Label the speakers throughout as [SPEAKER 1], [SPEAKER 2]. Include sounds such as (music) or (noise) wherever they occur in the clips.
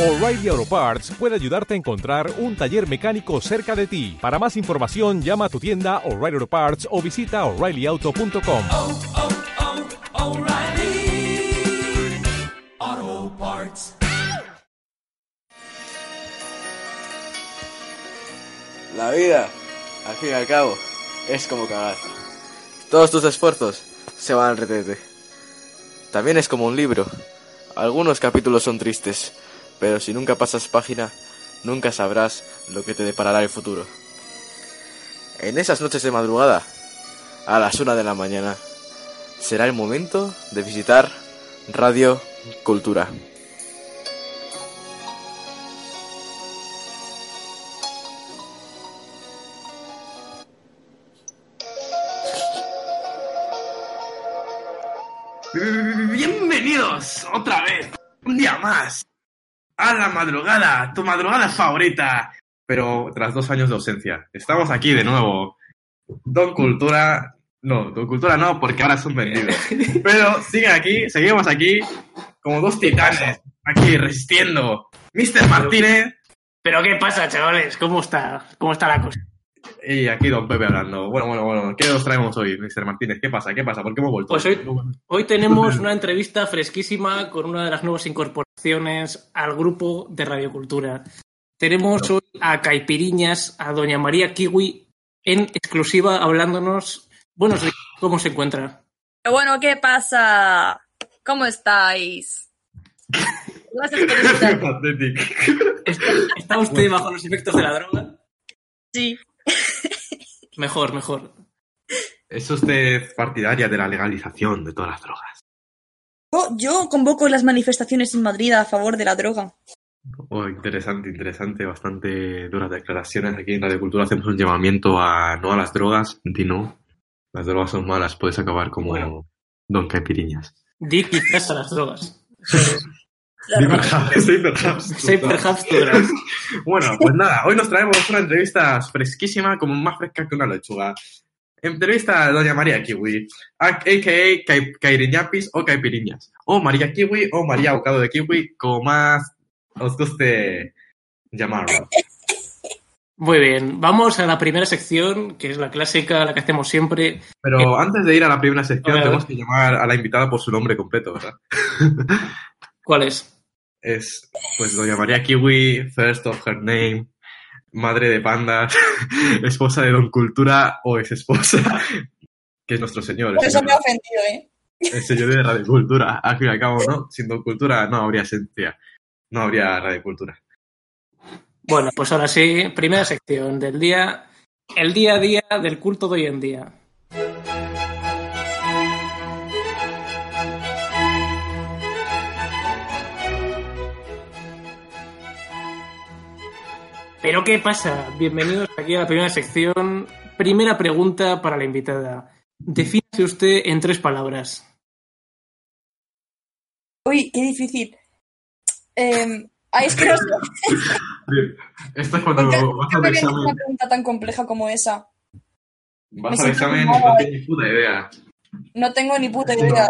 [SPEAKER 1] O'Reilly Auto Parts puede ayudarte a encontrar un taller mecánico cerca de ti. Para más información, llama a tu tienda O'Reilly Auto Parts o visita oreillyauto.com.
[SPEAKER 2] Oh, O'Reilly Auto Parts.
[SPEAKER 3] La vida, al fin y al cabo, es como cagar. Todos tus esfuerzos se van al retete. También es como un libro. Algunos capítulos son tristes, pero si nunca pasas página, nunca sabrás lo que te deparará el futuro. En esas noches de madrugada, a las una de la mañana, será el momento de visitar Radio Cultura.
[SPEAKER 4] Bienvenidos otra vez, un día más, a la madrugada, tu madrugada favorita. Pero tras dos años de ausencia, estamos aquí de nuevo. Don Cultura, no, Don Cultura no, porque ahora son
[SPEAKER 5] (laughs)
[SPEAKER 4] vendidos. Pero siguen aquí, seguimos aquí, como dos titanes, aquí resistiendo. Mr. Martínez
[SPEAKER 5] Pero qué pasa, chavales, ¿cómo está? ¿Cómo está la cosa?
[SPEAKER 4] y aquí Don Pepe hablando. Bueno, bueno, bueno, ¿qué nos traemos hoy, Mr. Martínez? ¿Qué pasa? ¿Qué pasa? ¿Por qué hemos vuelto?
[SPEAKER 5] Pues hoy, hoy tenemos una entrevista fresquísima con una de las nuevas incorporaciones al grupo de Radiocultura. Tenemos hoy a Caipiriñas, a Doña María Kiwi, en exclusiva hablándonos. Buenos días, ¿cómo se encuentra?
[SPEAKER 6] Pero bueno, ¿qué pasa? ¿Cómo estáis? Gracias
[SPEAKER 4] (laughs)
[SPEAKER 6] por
[SPEAKER 4] Qué
[SPEAKER 6] invitarme.
[SPEAKER 4] patético.
[SPEAKER 5] ¿Está, está usted bajo los efectos de la droga?
[SPEAKER 6] Sí,
[SPEAKER 5] Mejor, mejor.
[SPEAKER 4] ¿Es usted partidaria de la legalización de todas las drogas?
[SPEAKER 6] yo, yo convoco las manifestaciones en Madrid a favor de la droga.
[SPEAKER 4] Oh, interesante, interesante, bastante duras declaraciones. Aquí en Radio Cultura hacemos un llamamiento a no a las drogas, di no. Las drogas son malas, puedes acabar como
[SPEAKER 5] Bueno.
[SPEAKER 4] Don Caipiriñas.
[SPEAKER 5] Di quizás a las drogas.
[SPEAKER 6] La
[SPEAKER 4] Di
[SPEAKER 6] verdad.
[SPEAKER 4] perhaps, di perhaps.
[SPEAKER 5] Say perhaps to drugs.
[SPEAKER 4] Bueno, pues nada, hoy nos traemos una entrevista fresquísima, como más fresca que una lechuga. Entrevista a Doña María Kiwi, a- a.k.a. Cai- Cairiñapis o Caipiriñas, o María Kiwi o María Bocado de Kiwi, como más os guste llamarla.
[SPEAKER 5] Muy bien, vamos a la primera sección, que es la clásica, la que hacemos siempre,
[SPEAKER 4] Pero antes de ir a la primera sección,
[SPEAKER 5] A ver, a
[SPEAKER 4] tenemos que llamar a la invitada por su nombre completo, ¿verdad?
[SPEAKER 5] ¿Cuál es?
[SPEAKER 4] Es, pues, Doña María Kiwi, first of her name, madre de pandas, (laughs) esposa de Don Cultura o es esposa, (laughs) que es nuestro señor. el
[SPEAKER 6] Eso
[SPEAKER 4] señor-
[SPEAKER 6] me ha ofendido, ¿eh?
[SPEAKER 4] El señor de radiocultura, al fin y al cabo, ¿no? Sin don cultura no habría esencia, no habría radiocultura.
[SPEAKER 5] Bueno, pues ahora sí, primera sección del día, el día a día del culto de hoy en día. Pero ¿qué pasa? Bienvenidos aquí a la primera sección. Primera pregunta para la invitada. Defínase usted en tres palabras.
[SPEAKER 6] Uy, qué difícil. Eh, ay, es que no sé,
[SPEAKER 4] Esto es cuando
[SPEAKER 6] nunca-
[SPEAKER 4] vas
[SPEAKER 6] nunca
[SPEAKER 4] al
[SPEAKER 6] me habían hecho
[SPEAKER 4] examen,
[SPEAKER 6] una pregunta tan compleja como esa. me
[SPEAKER 4] vas al
[SPEAKER 6] siento
[SPEAKER 4] examen y no
[SPEAKER 6] mal.
[SPEAKER 4] tienes ni puta idea.
[SPEAKER 6] No tengo ni puta idea.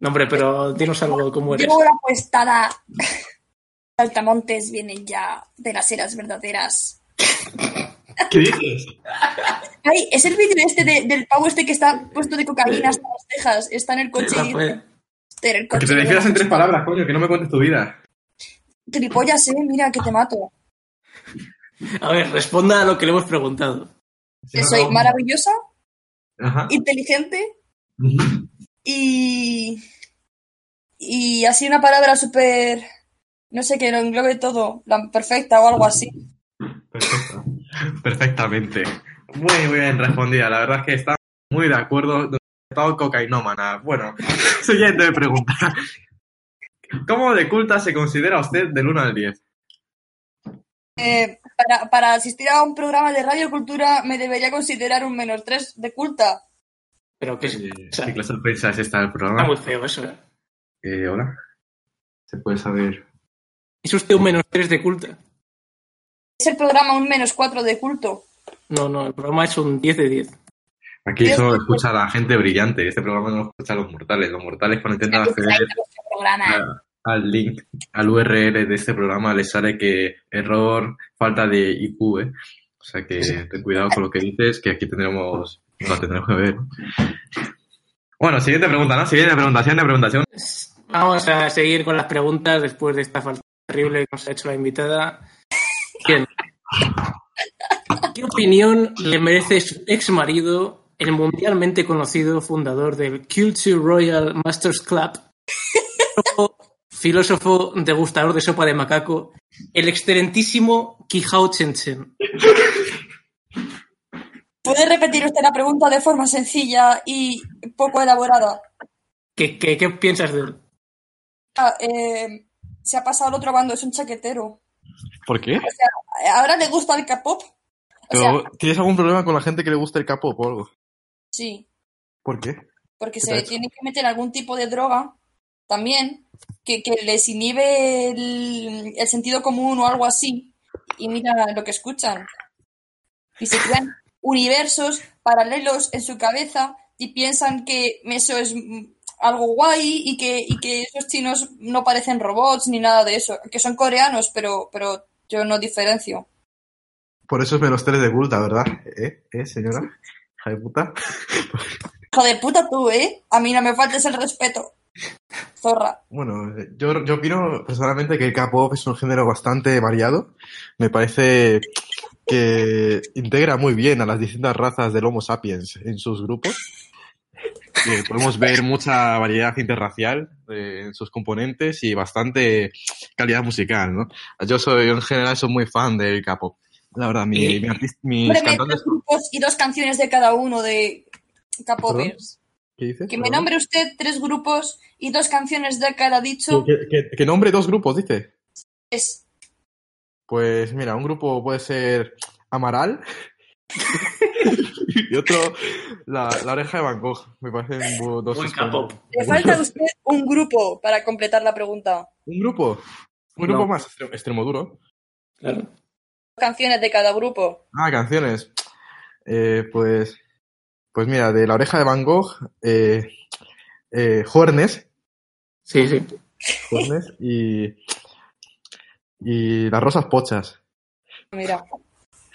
[SPEAKER 5] No, hombre, pero dinos algo de cómo eres.
[SPEAKER 6] Llevo la puestada. (laughs) Saltamontes vienen ya de las eras verdaderas.
[SPEAKER 4] ¿Qué dices?
[SPEAKER 6] Ay, es el vídeo este de- del pavo este que está puesto de cocaína hasta las cejas. Está en el coche y
[SPEAKER 5] Rafael,
[SPEAKER 6] en el
[SPEAKER 4] Que
[SPEAKER 6] coche.
[SPEAKER 4] te
[SPEAKER 6] y-
[SPEAKER 4] refieras en tres palabras, coño, que no me cuentes tu vida.
[SPEAKER 6] Tripollas, eh, mira que te mato.
[SPEAKER 5] A ver, responda a lo que le hemos preguntado.
[SPEAKER 6] Que soy maravillosa,
[SPEAKER 4] Ajá.
[SPEAKER 6] inteligente y. Y así una palabra súper. No sé, que lo englobe todo. La perfecta o algo así.
[SPEAKER 4] Perfecto. (laughs) Perfectamente. Muy bien respondida, la verdad es que está muy de acuerdo. Estado cocainómana. Bueno, (laughs) siguiente pregunta. ¿Cómo de culta se considera usted del 1 al 10?
[SPEAKER 6] Eh, para, para asistir a un programa de radio cultura me debería considerar un menos tres de culta.
[SPEAKER 5] Pero que es-
[SPEAKER 4] Eh,
[SPEAKER 5] o sea,
[SPEAKER 4] ¿Qué clase de prensa es esta del
[SPEAKER 5] está
[SPEAKER 4] programa?
[SPEAKER 5] muy feo eso. ¿eh?
[SPEAKER 4] Eh, Hola. ¿Se puede saber?
[SPEAKER 5] ¿Es usted un menos tres de culto?
[SPEAKER 6] Es el programa un menos cuatro de culto.
[SPEAKER 5] No, no, el programa es un 10 de 10.
[SPEAKER 4] Aquí
[SPEAKER 6] Yo-
[SPEAKER 4] solo Ah, escucha la gente brillante. Este programa no lo escucha los mortales. Los mortales cuando intentan hacer
[SPEAKER 6] Programa.
[SPEAKER 4] la,
[SPEAKER 7] al link, al URL de este programa, les sale que error, falta de IQ, ¿eh? O sea que ten cuidado con lo que dices, que aquí tendremos, la tendremos que ver. Bueno, siguiente pregunta, ¿no? Siguiente pregunta, siguiente pregunta. siguiente-
[SPEAKER 5] Vamos a seguir con las preguntas después de esta falta terrible que nos ha hecho la invitada. Bien. ¿Qué opinión le merece su ex marido, el mundialmente conocido fundador del Culture Royal Masters Club, filósofo degustador de sopa de macaco, el excelentísimo Quijao Chenchen?
[SPEAKER 6] ¿Puede repetir usted la pregunta de forma sencilla y poco elaborada?
[SPEAKER 5] ¿Qué, qué, qué piensas de él?
[SPEAKER 6] Ah, eh, se ha pasado al otro bando, es un chaquetero.
[SPEAKER 4] ¿Por qué?
[SPEAKER 6] ¿Ahora le gusta el K-pop? O sea,
[SPEAKER 4] Pero, ¿Tienes algún problema con la gente que le gusta el capo o algo?
[SPEAKER 6] sí.
[SPEAKER 4] ¿Por qué?
[SPEAKER 6] porque
[SPEAKER 4] ¿Qué
[SPEAKER 6] se
[SPEAKER 4] tal?
[SPEAKER 6] tienen que meter algún tipo de droga también que, que les inhibe el, el sentido común o algo así y mira lo que escuchan y se crean universos paralelos en su cabeza y piensan que eso es mm, algo guay y que, y que esos chinos no parecen robots ni nada de eso, que son coreanos, pero, pero yo no diferencio.
[SPEAKER 4] Por eso es menos tres de culta, ¿verdad? ¿Eh? ¿Eh, señora? Hija de puta.
[SPEAKER 6] Hijo de puta tú, ¿eh? A mí no me faltes el respeto. Zorra.
[SPEAKER 4] Bueno, eh, yo, yo opino personalmente que el K-pop es un género bastante variado. Me parece que integra muy bien a las distintas razas del Homo sapiens en sus grupos. Eh, podemos ver mucha variedad interracial eh, en sus componentes y bastante calidad musical, ¿no? Yo soy, yo en general soy muy fan del K-pop. La verdad, mi, mi artista- mis
[SPEAKER 6] Hombre, me-
[SPEAKER 4] cantantes...
[SPEAKER 6] dos grupos y dos canciones de cada uno de Capopers.
[SPEAKER 4] ¿Qué dices?
[SPEAKER 6] Que me
[SPEAKER 4] Perdón.
[SPEAKER 6] nombre usted tres grupos y dos canciones de cada dicho
[SPEAKER 4] Que, que- que nombre dos grupos, dice.
[SPEAKER 6] es
[SPEAKER 4] Pues mira, un grupo puede ser
[SPEAKER 5] (laughs)
[SPEAKER 4] Amaral y otro la, la oreja de Van Gogh. Me parecen bu- dos.
[SPEAKER 5] Buen
[SPEAKER 4] españoles.
[SPEAKER 6] Le falta a usted un grupo para completar la pregunta.
[SPEAKER 4] Un grupo. Un grupo
[SPEAKER 5] No.
[SPEAKER 4] más. extre- Extremo duro.
[SPEAKER 5] Claro.
[SPEAKER 6] Canciones de cada grupo.
[SPEAKER 4] Ah, canciones. Eh, pues. Pues mira, de la oreja de Van Gogh, eh, eh, Hornes,
[SPEAKER 5] Sí, sí.
[SPEAKER 4] Hornes y. Y las rosas pochas.
[SPEAKER 6] Mira,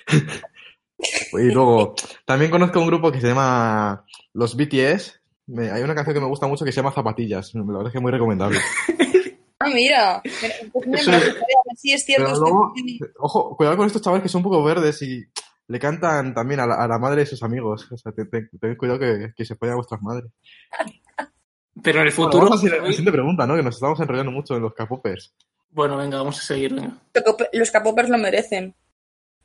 [SPEAKER 4] Y (laughs) luego, también conozco un grupo que se llama Los BTS. Me- hay una canción que me gusta mucho que se llama Zapatillas. La verdad es que es muy (laughs) recomendable.
[SPEAKER 6] ah, mira. Mira, pues mira,
[SPEAKER 4] Eso
[SPEAKER 6] me
[SPEAKER 4] es.
[SPEAKER 6] gustaría ver si es cierto.
[SPEAKER 4] Pero
[SPEAKER 6] usted
[SPEAKER 4] luego-
[SPEAKER 6] tiene-
[SPEAKER 4] Ojo, cuidado con estos chavales que son un poco verdes y le cantan también a la, a la madre de sus amigos. O sea, te- te- tened cuidado que, que se follan a vuestras madres.
[SPEAKER 5] Pero en el
[SPEAKER 4] Bueno,
[SPEAKER 5] futuro.
[SPEAKER 4] vamos a ir a la siguiente pregunta, ¿no? Que nos estamos enrollando mucho en los capopers.
[SPEAKER 5] Bueno, venga, vamos a seguir. venga.
[SPEAKER 6] Los Capopers lo merecen.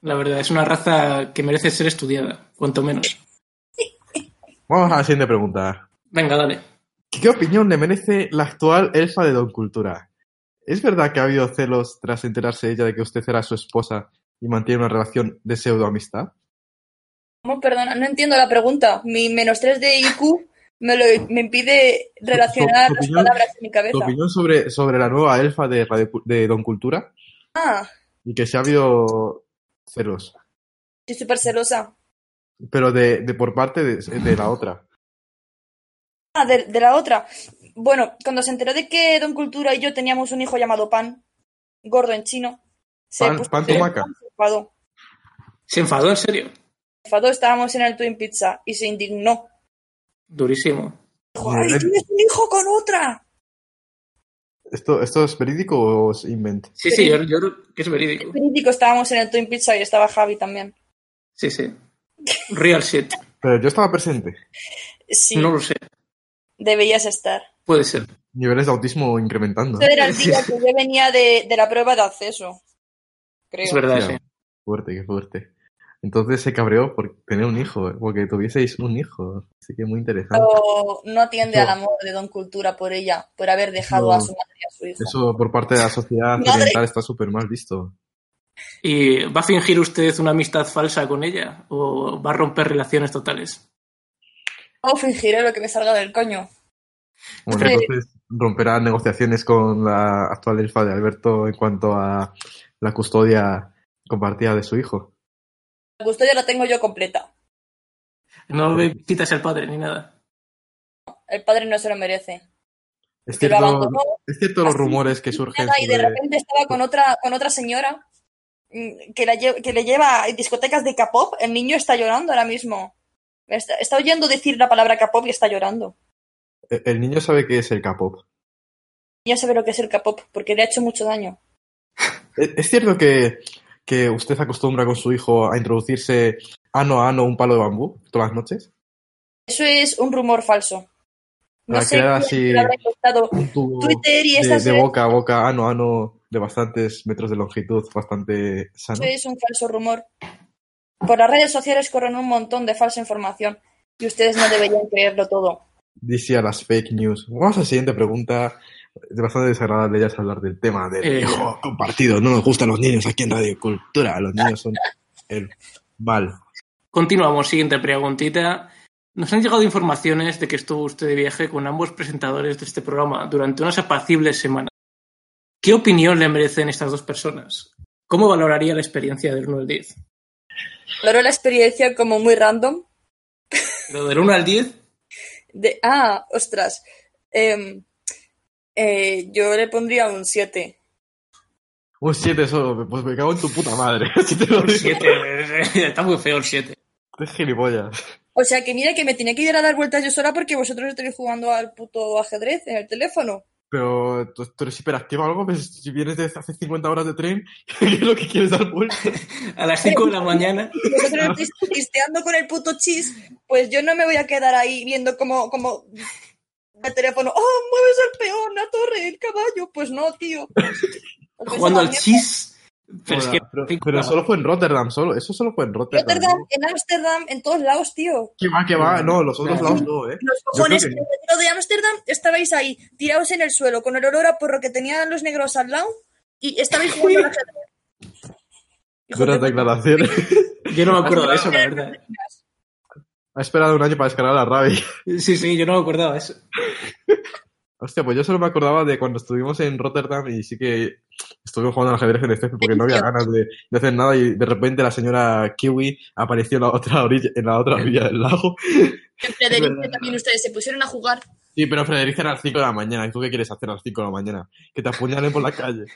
[SPEAKER 5] La verdad, es una raza que merece ser estudiada, cuanto menos.
[SPEAKER 4] Vamos a la siguiente pregunta.
[SPEAKER 5] Venga, dale.
[SPEAKER 4] ¿Qué opinión le merece la actual elfa de Don Cultura? ¿Es verdad que ha habido celos tras enterarse ella de que usted era su esposa y mantiene una relación de pseudoamistad?
[SPEAKER 6] ¿Cómo? Perdona, no entiendo la pregunta. Mi menos tres de IQ me, lo, me impide relacionar
[SPEAKER 4] tu
[SPEAKER 6] las
[SPEAKER 4] opinión-
[SPEAKER 6] palabras en mi
[SPEAKER 4] ¿Tu
[SPEAKER 6] cabeza.
[SPEAKER 4] opinión sobre, sobre la nueva elfa de, Radio Cu- de Don Cultura?
[SPEAKER 6] Ah,
[SPEAKER 4] Y que se ha habido celos,
[SPEAKER 6] estoy súper celosa.
[SPEAKER 4] pero de, de por parte de, de la otra.
[SPEAKER 6] Ah, de, de la otra. Bueno, cuando se enteró de que Don Cultura y yo teníamos un hijo llamado Pan, gordo en chino, se
[SPEAKER 4] Pan,
[SPEAKER 6] puso
[SPEAKER 4] pan tomaca.
[SPEAKER 6] enfadado.
[SPEAKER 5] ¿Se enfadó en serio?
[SPEAKER 6] Se enfadó, estábamos en el Twin Pizza y se indignó.
[SPEAKER 5] Durísimo.
[SPEAKER 6] Dijo,
[SPEAKER 4] Muy
[SPEAKER 6] ¡ay,
[SPEAKER 4] bien.
[SPEAKER 6] tienes un hijo con otra!
[SPEAKER 4] ¿Esto, ¿Esto es verídico o es invento?
[SPEAKER 5] Sí, sí, yo, yo creo que es verídico.
[SPEAKER 6] Crítico, estábamos en el Twin Pizza y estaba Javi también.
[SPEAKER 5] Sí, sí. Real shit.
[SPEAKER 4] Pero yo estaba presente.
[SPEAKER 6] Sí,
[SPEAKER 5] No lo sé.
[SPEAKER 6] debías estar.
[SPEAKER 5] Puede ser.
[SPEAKER 4] Niveles de autismo incrementando.
[SPEAKER 6] Eso era el
[SPEAKER 4] (laughs)
[SPEAKER 6] día que yo venía de, de la prueba de acceso. Creo.
[SPEAKER 5] Es verdad,
[SPEAKER 4] Claro.
[SPEAKER 5] sí.
[SPEAKER 4] Fuerte, qué fuerte. Entonces se cabreó por tener un hijo, eh, porque tuvieseis un hijo. Así que muy interesante.
[SPEAKER 6] Oh. Pero no atiende
[SPEAKER 4] No.
[SPEAKER 6] al amor de Don Cultura por ella, por haber dejado
[SPEAKER 4] No.
[SPEAKER 6] a su madre y a su hijo.
[SPEAKER 4] Eso por parte de la sociedad
[SPEAKER 6] Madre.
[SPEAKER 4] oriental está súper mal visto.
[SPEAKER 5] ¿Y va a fingir usted una amistad falsa con ella? ¿O va a romper relaciones totales?
[SPEAKER 6] O fingiré ¿eh? lo que me salga del coño.
[SPEAKER 4] Bueno,
[SPEAKER 6] Sí.
[SPEAKER 4] entonces romperá negociaciones con la actual elfa de Alberto en cuanto a la custodia compartida de su hijo.
[SPEAKER 6] La custodia la tengo yo completa.
[SPEAKER 5] No me quitas el padre ni nada.
[SPEAKER 6] El padre no se lo merece.
[SPEAKER 4] Es
[SPEAKER 6] que lo
[SPEAKER 4] cierto,
[SPEAKER 6] abandonó
[SPEAKER 4] es cierto los rumores que surgen
[SPEAKER 6] y de
[SPEAKER 4] sobre-
[SPEAKER 6] repente estaba con otra, con otra señora mm, que, la lle- que le lleva a discotecas de K-pop. El niño está llorando ahora mismo. Está, está oyendo decir la palabra K-pop y está llorando.
[SPEAKER 4] El el niño sabe qué es el K-pop.
[SPEAKER 6] Ya sabe lo que es el K-pop porque le ha hecho mucho daño.
[SPEAKER 4] ¿Es es cierto que, que usted acostumbra con su hijo a introducirse ano a ano un palo de bambú todas las noches?
[SPEAKER 6] Eso es un rumor falso. No
[SPEAKER 4] Para
[SPEAKER 6] sé
[SPEAKER 4] crear
[SPEAKER 6] quién
[SPEAKER 4] así-
[SPEAKER 6] le habrá inventado
[SPEAKER 4] Un tubo
[SPEAKER 6] Twitter y
[SPEAKER 4] Ah, de,
[SPEAKER 6] estas
[SPEAKER 4] de boca a boca, ano a ano, de bastantes metros de longitud, bastante sano.
[SPEAKER 6] Eso es un falso rumor. Por las redes sociales corren un montón de falsa información y ustedes no deberían creerlo todo.
[SPEAKER 4] Dice a las fake news. Vamos a la siguiente pregunta. Es bastante desagradable ya es hablar del tema del
[SPEAKER 5] Eh.
[SPEAKER 4] hijo compartido. No nos gustan los niños aquí en Radio Cultura.
[SPEAKER 5] (laughs)
[SPEAKER 4] Los niños son el mal.
[SPEAKER 5] Continuamos, siguiente preguntita. Nos han llegado informaciones de que estuvo usted de viaje con ambos presentadores de este programa durante unas apacibles semanas. ¿Qué opinión le merecen estas dos personas? ¿Cómo valoraría la experiencia del 1 al 10?
[SPEAKER 6] Valoro la experiencia como muy random.
[SPEAKER 5] Pero del 1 al (laughs) 10,
[SPEAKER 6] De, ah, ostras. Em, eh, yo le pondría un 7.
[SPEAKER 4] Un 7 solo. Pues me cago en tu puta madre. (laughs) Si te lo digo.
[SPEAKER 5] 7. eh, Está muy feo el 7.
[SPEAKER 4] Es gilipollas.
[SPEAKER 6] O sea que mira que me tenía que ir a dar vueltas yo sola porque vosotros estáis jugando al puto ajedrez en el teléfono.
[SPEAKER 4] Pero tú, tú eres hiperactivo o algo. Pues, si vienes desde hace 50 horas de tren, (laughs) ¿qué es lo que quieres dar vuelta?
[SPEAKER 5] A las 5 de la mañana.
[SPEAKER 6] Y vosotros estáis pisteando con el puto chis, pues yo no me voy a quedar ahí viendo como, como el teléfono, ¡oh, mueves el peón, la torre, el caballo! Pues
[SPEAKER 5] (laughs)
[SPEAKER 6] no, tío. Porque
[SPEAKER 5] jugando al
[SPEAKER 6] esa
[SPEAKER 5] chis. Pero es que.
[SPEAKER 4] Pero, pero solo fue en Rotterdam, solo. Eso solo fue en
[SPEAKER 6] mierda-
[SPEAKER 4] Rotterdam.
[SPEAKER 6] Rotterdam, en Ámsterdam, en todos lados, tío.
[SPEAKER 4] Que va, que va. No, los otros lados no, ¿eh?
[SPEAKER 6] Los
[SPEAKER 4] creo
[SPEAKER 6] cojones
[SPEAKER 4] que
[SPEAKER 6] en
[SPEAKER 4] no.
[SPEAKER 6] el metro de Ámsterdam estabais ahí, tirados en el suelo, con el olor a porro que tenían los negros al lado, y estabais jugando al ajedrez.
[SPEAKER 5] (laughs)
[SPEAKER 6] Hijo
[SPEAKER 4] Duras
[SPEAKER 6] de-
[SPEAKER 4] declaraciones.
[SPEAKER 5] Yo no me acuerdo de eso, la verdad.
[SPEAKER 4] Ha esperado un año para descargar la rabia.
[SPEAKER 5] Sí, sí, yo no me acordaba de eso. (laughs)
[SPEAKER 4] Hostia, pues yo solo me acordaba de cuando estuvimos en Rotterdam y sí que estuvimos jugando al ajedrez en el césped porque no
[SPEAKER 6] (laughs)
[SPEAKER 4] había ganas de, de hacer nada y de repente la señora Kiwi apareció en la otra orilla, en la otra orilla del lago.
[SPEAKER 6] En Frederico
[SPEAKER 5] Es verdad.
[SPEAKER 6] también ustedes se pusieron a jugar.
[SPEAKER 4] Sí, pero Federica era a las 5 de la mañana. ¿Y tú qué quieres hacer a las 5 de la mañana? Que te apuñalen por la calle.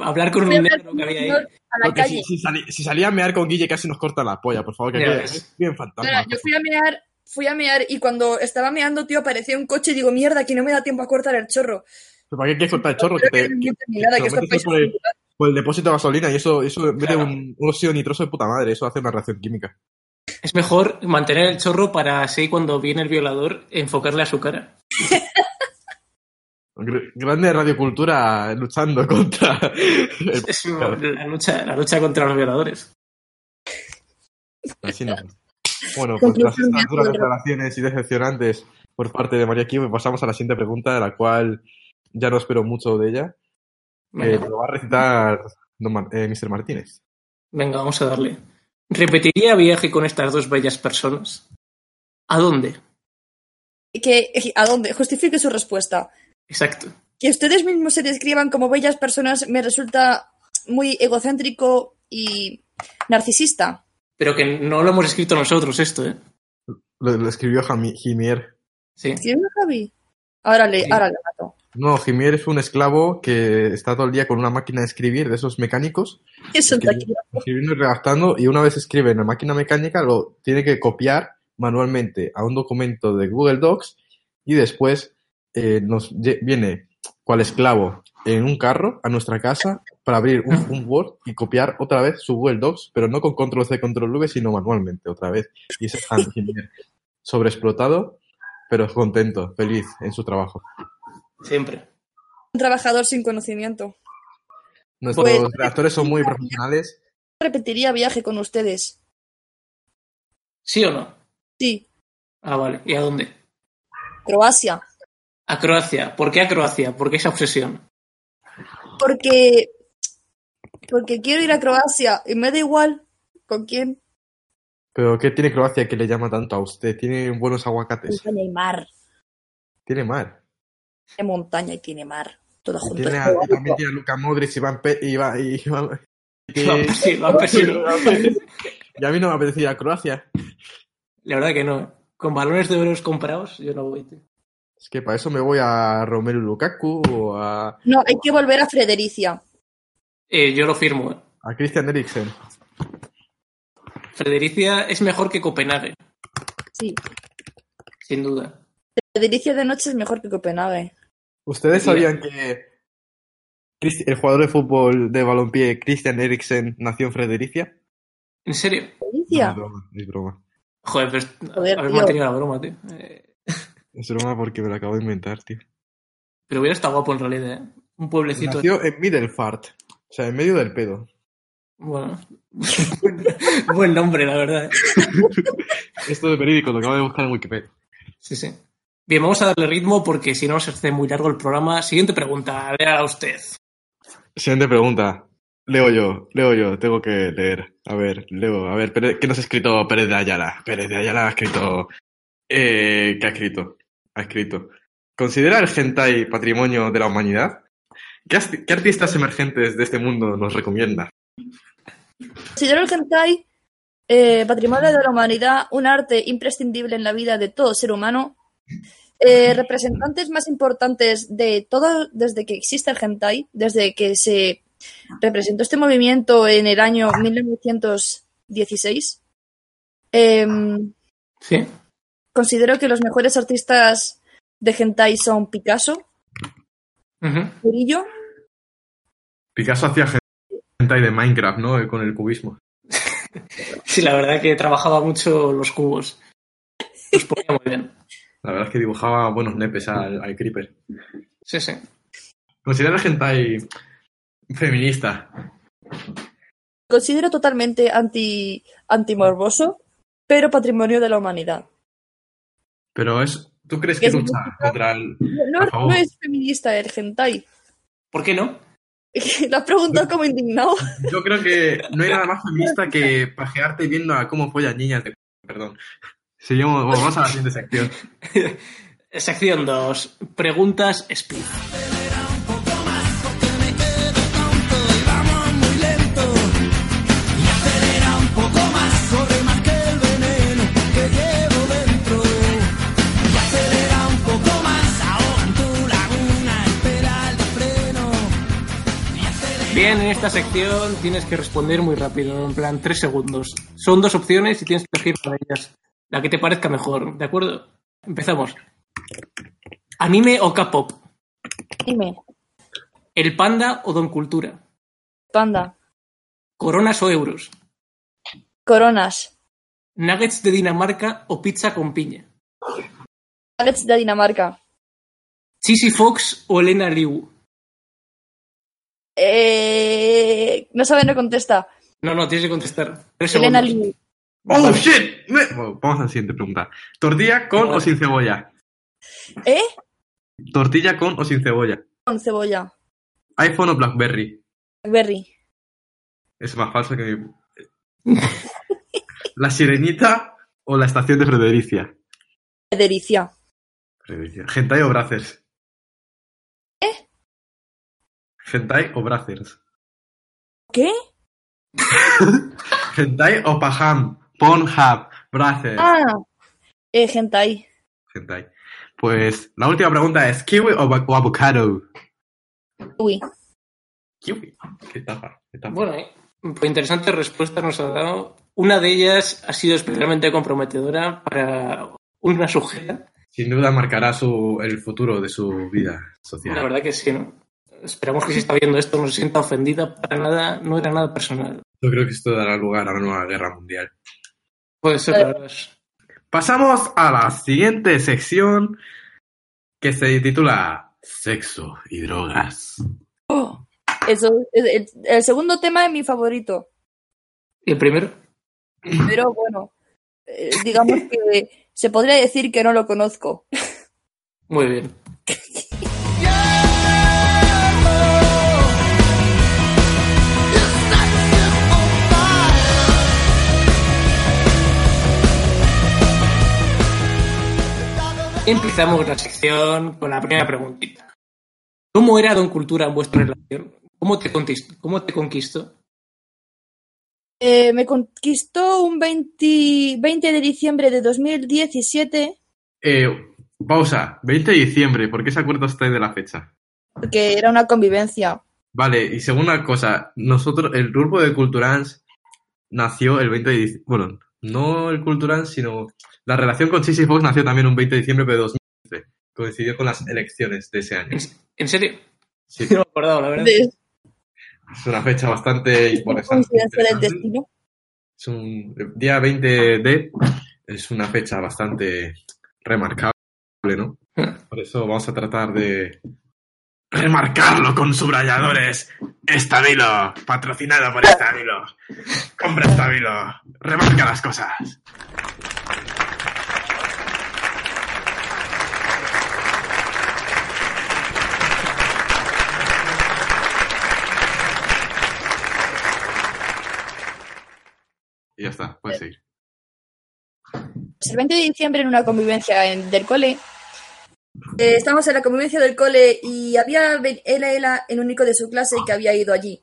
[SPEAKER 5] Hablar con un negro que había ahí.
[SPEAKER 6] A la
[SPEAKER 4] Porque
[SPEAKER 6] calle.
[SPEAKER 4] si, si sali- si salía a mear con Guille casi nos corta la polla, por favor, que
[SPEAKER 5] Ya
[SPEAKER 4] quede
[SPEAKER 5] ves.
[SPEAKER 4] bien
[SPEAKER 6] Nada,
[SPEAKER 4] fantasma.
[SPEAKER 6] yo fui a mear, fui a mear y cuando estaba meando, tío, aparecía un coche y digo, mierda, que no me da tiempo a cortar el chorro.
[SPEAKER 4] ¿Para qué quieres cortar el chorro? Que
[SPEAKER 6] Creo que
[SPEAKER 4] te,
[SPEAKER 6] no
[SPEAKER 4] que-
[SPEAKER 6] mienten ni nada,
[SPEAKER 4] que
[SPEAKER 6] que
[SPEAKER 4] te
[SPEAKER 6] esto
[SPEAKER 4] lo
[SPEAKER 6] es
[SPEAKER 4] metes
[SPEAKER 6] país
[SPEAKER 4] por el, por el depósito de gasolina y eso, eso mete
[SPEAKER 5] Claro.
[SPEAKER 4] un, un óxido nitroso de puta madre. Eso hace una reacción química.
[SPEAKER 5] Es mejor mantener el chorro para así cuando viene el violador enfocarle a su cara.
[SPEAKER 4] Gr- Grande radiocultura luchando (laughs) contra. el-
[SPEAKER 5] Es
[SPEAKER 4] Claro.
[SPEAKER 5] la lucha, la lucha contra los violadores.
[SPEAKER 4] Así no. Bueno, pues
[SPEAKER 6] Conclusión
[SPEAKER 4] tras estas
[SPEAKER 6] de
[SPEAKER 4] duras
[SPEAKER 6] acuerdo.
[SPEAKER 4] declaraciones y decepcionantes por parte de María Kiwi, pasamos a la siguiente pregunta, de la cual ya no espero mucho de ella. que
[SPEAKER 5] Venga,
[SPEAKER 4] lo va a recitar don Mar- eh, Mr. Martínez.
[SPEAKER 5] venga, vamos a darle. ¿Repetiría viaje con estas dos bellas personas? ¿A dónde?
[SPEAKER 6] Que, ¿A dónde? Justifique su respuesta.
[SPEAKER 5] Exacto.
[SPEAKER 6] Que ustedes mismos se describan como bellas personas me resulta muy egocéntrico y narcisista.
[SPEAKER 5] Pero que no lo hemos escrito nosotros esto, ¿eh?
[SPEAKER 4] Lo, lo escribió Jami- Jimier.
[SPEAKER 5] Sí.
[SPEAKER 6] ¿Sí, no, Javi? Ahora le,
[SPEAKER 5] Sí.
[SPEAKER 6] ahora le mato.
[SPEAKER 4] No, Jimier es un esclavo que está todo el día con una máquina de escribir de esos mecánicos,
[SPEAKER 6] Eso
[SPEAKER 4] Ok.
[SPEAKER 6] está aquí.
[SPEAKER 4] escribiendo y redactando, y una vez escribe en la máquina mecánica lo tiene que copiar manualmente a un documento de Google Docs y después eh, nos lle- viene cual esclavo en un carro a nuestra casa para abrir un, un Word y copiar otra vez su Google Docs, pero no con control C, control V, sino manualmente otra vez. Y ese es Hans Jimier, sobreexplotado, pero contento, feliz en su trabajo.
[SPEAKER 5] Siempre.
[SPEAKER 6] Un trabajador sin conocimiento.
[SPEAKER 4] Nuestros
[SPEAKER 6] Pues-
[SPEAKER 4] redactores son muy profesionales.
[SPEAKER 6] Repetiría viaje con ustedes.
[SPEAKER 5] ¿Sí o no?
[SPEAKER 6] Sí,
[SPEAKER 5] Ah, vale. ¿Y a dónde?
[SPEAKER 6] Croacia.
[SPEAKER 5] A Croacia. ¿Por qué a Croacia? ¿Por qué esa obsesión?
[SPEAKER 6] Porque, porque quiero ir a Croacia y me da igual con quién.
[SPEAKER 4] Pero ¿qué tiene Croacia que le llama tanto a usted? Tiene buenos aguacates.
[SPEAKER 6] Tiene el mar,
[SPEAKER 4] Tiene mar.
[SPEAKER 6] tiene montaña y tiene mar. Todo
[SPEAKER 4] Y
[SPEAKER 6] junto.
[SPEAKER 4] Tiene
[SPEAKER 6] es
[SPEAKER 4] a,
[SPEAKER 6] bonito.
[SPEAKER 4] también tiene a Luca Modric, Iván Pe Iván, Iván- Eh,
[SPEAKER 5] (laughs)
[SPEAKER 4] (laughs)
[SPEAKER 5] No, sí, lo han perseguido.
[SPEAKER 4] Y a mí no me apetece ir a Croacia.
[SPEAKER 5] La verdad que no. ¿eh? Con balones de oro comprados, yo no voy. tío.
[SPEAKER 4] Es que para eso me voy a Romelu Lukaku o a,
[SPEAKER 6] No, hay que volver a Fredericia.
[SPEAKER 5] Eh, yo lo firmo. eh.
[SPEAKER 4] a Christian Eriksen.
[SPEAKER 5] Fredericia es mejor que Copenhague,
[SPEAKER 6] Sí.
[SPEAKER 5] sin duda.
[SPEAKER 6] Fredericia de noche es mejor que Copenhague.
[SPEAKER 4] ¿Ustedes
[SPEAKER 5] Sí.
[SPEAKER 4] sabían que Chris- el jugador de fútbol de balompié Christian Eriksen nació en Fredericia?
[SPEAKER 5] ¿En serio?
[SPEAKER 4] No,
[SPEAKER 6] Fredericia.
[SPEAKER 4] es broma, es broma.
[SPEAKER 5] Joder, pero
[SPEAKER 6] Joder,
[SPEAKER 5] haber
[SPEAKER 6] tío.
[SPEAKER 5] mantenido la broma, tío. Eh,
[SPEAKER 4] Es broma porque me lo acabo de inventar, tío.
[SPEAKER 5] pero hubiera estado guapo en realidad, ¿eh? Un pueblecito.
[SPEAKER 4] Nació en Middlefart, o sea, en medio del pedo.
[SPEAKER 5] Bueno. (laughs) Buen nombre, la verdad. eh.
[SPEAKER 4] Esto de periódico lo acabo de buscar en Wikipedia.
[SPEAKER 5] Sí, sí. Bien, vamos a darle ritmo porque si no se hace muy largo el programa. Siguiente pregunta, lea usted.
[SPEAKER 4] Siguiente pregunta. Leo yo, leo yo, tengo que leer. A ver, leo, a ver, Pérez- ¿qué nos ha escrito Pérez de Ayala? Pérez de Ayala ha escrito... Eh, ¿Qué ha escrito? Ha escrito. ¿Considera el hentai patrimonio de la humanidad? ¿Qué, asti- qué artistas emergentes de este mundo nos recomienda?
[SPEAKER 6] Considero el hentai eh, patrimonio de la humanidad un arte imprescindible en la vida de todo ser humano. Eh, representantes más importantes de todo desde que existe el hentai, desde que se representó este movimiento en el año 1916. Em,
[SPEAKER 5] Sí.
[SPEAKER 6] considero que los mejores artistas de hentai son Picasso,
[SPEAKER 5] Ujú.
[SPEAKER 6] Murillo,
[SPEAKER 7] Picasso hacía hentai de Minecraft, ¿no? Eh, Con el cubismo.
[SPEAKER 5] Sí, la verdad que trabajaba mucho los cubos. Los ponía muy bien.
[SPEAKER 7] La verdad es que dibujaba buenos nepes al, al Creeper.
[SPEAKER 5] Sí, sí.
[SPEAKER 7] Considera el hentai feminista.
[SPEAKER 6] considero totalmente anti antimorboso, pero patrimonio de la humanidad.
[SPEAKER 7] Pero es. ¿Tú crees que
[SPEAKER 6] Es
[SPEAKER 7] lucha
[SPEAKER 6] muy-
[SPEAKER 7] contra el.
[SPEAKER 6] No,
[SPEAKER 7] Por favor.
[SPEAKER 6] no es feminista el hentai. (laughs)
[SPEAKER 5] ¿Por qué no?
[SPEAKER 6] Lo has preguntado como indignado.
[SPEAKER 7] Yo creo que no hay nada más feminista que pajearte viendo a cómo follan niñas de. Perdón. Seguimos, bueno, vamos a la siguiente sección.
[SPEAKER 5] Sección 2. Preguntas split. Bien, en esta sección tienes que responder muy rápido, en plan 3 segundos. Son dos opciones y tienes que elegir una de ellas. La que te parezca mejor, ¿de acuerdo? Empezamos. ¿Anime o K-pop?
[SPEAKER 6] Dime,
[SPEAKER 5] ¿El panda o Don Cultura?
[SPEAKER 6] panda,
[SPEAKER 5] ¿Coronas o euros?
[SPEAKER 6] coronas,
[SPEAKER 5] ¿Nuggets de Dinamarca o pizza con piña?
[SPEAKER 6] nuggets de Dinamarca,
[SPEAKER 5] ¿Chisi Fox o Elena Liu?
[SPEAKER 6] eh, no sabe, no contesta.
[SPEAKER 5] No, no, tienes que contestar. Tres
[SPEAKER 6] Elena
[SPEAKER 5] segundos.
[SPEAKER 6] Lee,
[SPEAKER 7] (laughs) ¡Oh, shit! Me- Bueno, vamos a la siguiente pregunta. ¿Tortilla con o sin cebolla?
[SPEAKER 6] ¿eh?
[SPEAKER 7] ¿Tortilla con o sin cebolla?
[SPEAKER 6] Con cebolla,
[SPEAKER 7] ¿iPhone o Blackberry?
[SPEAKER 6] berry,
[SPEAKER 7] Es más falso que mi... (laughs) ¿La sirenita o la estación de Fredericia?
[SPEAKER 6] delicia,
[SPEAKER 7] Fredericia. ¿Hentai o Brazers? ¿Eh? ¿Hentai o Brazers?
[SPEAKER 6] ¿Qué?
[SPEAKER 7] ¿Hentai o Paham? Pornhub, Brazers.
[SPEAKER 6] Ah, eh, hentai,
[SPEAKER 7] Hentai. Pues la última pregunta es ¿kiwi o, avo- o avocado? (gasps)
[SPEAKER 6] uy,
[SPEAKER 7] Kiwi. Qué tapa, qué tapa.
[SPEAKER 5] Bueno, eh, pues interesantes respuestas nos ha dado. Una de ellas ha sido especialmente comprometedora para una sujeta.
[SPEAKER 7] Sin duda marcará su, el futuro de su vida social.
[SPEAKER 5] La verdad que sí, ¿no? Esperamos que si está viendo esto no se sienta ofendida para nada, no era nada personal.
[SPEAKER 7] Yo creo que esto dará lugar a una nueva guerra mundial.
[SPEAKER 5] Puede ser, la verdad.
[SPEAKER 7] Pasamos a la siguiente sección que se titula Sexo y drogas.
[SPEAKER 6] eso, el, el segundo tema es mi favorito,
[SPEAKER 5] ¿Y el primero?
[SPEAKER 6] pero bueno, eh, digamos que se podría decir que no lo conozco.
[SPEAKER 5] Muy bien. Empezamos la sección con la primera preguntita. ¿Cómo era Don Cultura en vuestra relación? ¿Cómo te conquistó? ¿Cómo te conquistó?
[SPEAKER 6] Eh, me conquistó un 20, 20 de diciembre de 2017.
[SPEAKER 7] Eh,
[SPEAKER 4] Pausa, 20 de diciembre, ¿por qué se acuerda usted de la fecha?
[SPEAKER 6] Porque era una convivencia.
[SPEAKER 4] Vale, y segunda cosa, nosotros, el grupo de Culturans nació el 20 de diciembre, bueno, no el Culturans, sino la relación con Sissy Fox nació también un 20 de diciembre de 2015, coincidió con las elecciones de ese año.
[SPEAKER 5] ¿En serio?
[SPEAKER 4] Sí,
[SPEAKER 5] No me acordaba, la verdad.
[SPEAKER 6] De,
[SPEAKER 4] es una fecha bastante importante.
[SPEAKER 6] coincidencia del destino.
[SPEAKER 4] Es un el día 20 de es una fecha bastante remarcable, ¿no? Por eso vamos a tratar de remarcarlo con subrayadores. Estabilo, patrocinado por Estabilo. Compra Estabilo, remarca las cosas. Y ya está, puedes seguir.
[SPEAKER 6] Pues el 20 de diciembre en una convivencia en- del cole. eh, estábamos en la convivencia del cole y había ve- él era el único de su clase que había ido allí.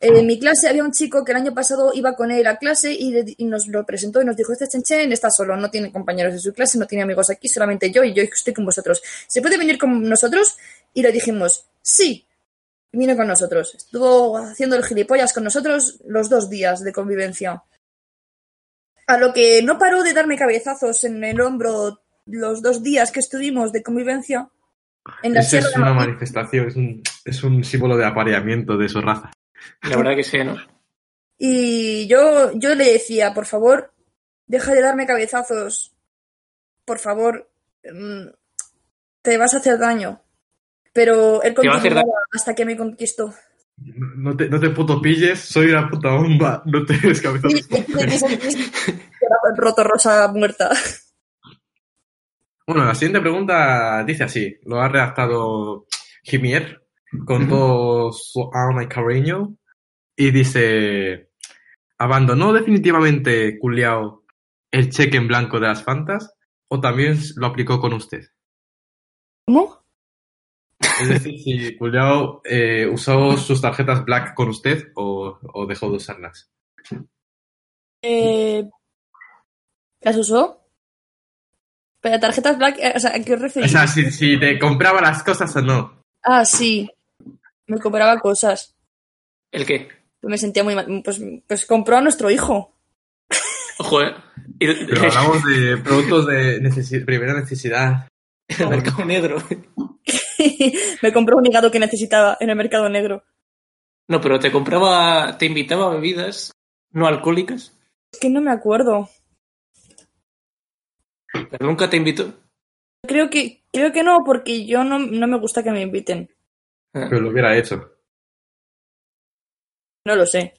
[SPEAKER 6] Eh, en mi clase había un chico que el año pasado iba con él a clase y, le di- y nos lo presentó y nos dijo, este Chenchen está solo, no tiene compañeros de su clase, no tiene amigos aquí, solamente yo y yo estoy con vosotros. ¿Se puede venir con nosotros? Y le dijimos, sí. Y vino con nosotros. Estuvo haciendo el gilipollas con nosotros los dos días de convivencia. A lo que no paró de darme cabezazos en el hombro los dos días que estuvimos de convivencia. En la
[SPEAKER 4] Esa
[SPEAKER 6] sierra
[SPEAKER 4] es
[SPEAKER 6] de
[SPEAKER 4] una
[SPEAKER 6] Madrid.
[SPEAKER 4] manifestación, es un, es un símbolo de apareamiento de su raza.
[SPEAKER 5] La verdad que sí, ¿no?
[SPEAKER 6] Y yo, yo le decía, por favor, deja de darme cabezazos. Por favor, mm, te vas a hacer daño. Pero él
[SPEAKER 5] Te va a hacer
[SPEAKER 6] continuaba hasta que me conquistó.
[SPEAKER 4] No te, no te puto pilles, soy una puta bomba, no te des cabeza.
[SPEAKER 6] Y- y- y- Era roto rosa muerta.
[SPEAKER 4] Bueno, la siguiente pregunta dice así, lo ha redactado Jimier con todo su alma y cariño y dice, ¿abandonó definitivamente Culiao el cheque en blanco de las Fantas o también lo aplicó con usted?
[SPEAKER 6] ¿Cómo?
[SPEAKER 4] Es decir, si Culiao eh, usó sus tarjetas black con usted o, o dejó de usarlas.
[SPEAKER 6] Eh, ¿Las usó? Pero tarjetas black, eh, o sea, ¿a qué os
[SPEAKER 4] O
[SPEAKER 6] referís?
[SPEAKER 4] sea, si, si te compraba las cosas o no.
[SPEAKER 6] Ah, sí. Me compraba cosas.
[SPEAKER 5] ¿El qué?
[SPEAKER 6] Me sentía muy mal. Pues, pues compró a nuestro hijo.
[SPEAKER 5] Ojo, ¿eh? Y- (laughs)
[SPEAKER 4] Pero hablamos de productos de necesi- primera necesidad.
[SPEAKER 5] el mercado negro.
[SPEAKER 6] (laughs) me compró un hígado que necesitaba en el mercado negro.
[SPEAKER 5] No, pero te compraba, te invitaba a bebidas no alcohólicas,
[SPEAKER 6] Es que no me acuerdo.
[SPEAKER 5] pero nunca te invitó.
[SPEAKER 6] Creo que, creo que no, porque yo no, no me gusta que me inviten.
[SPEAKER 5] Ah,
[SPEAKER 4] Pero lo hubiera hecho.
[SPEAKER 6] No lo sé.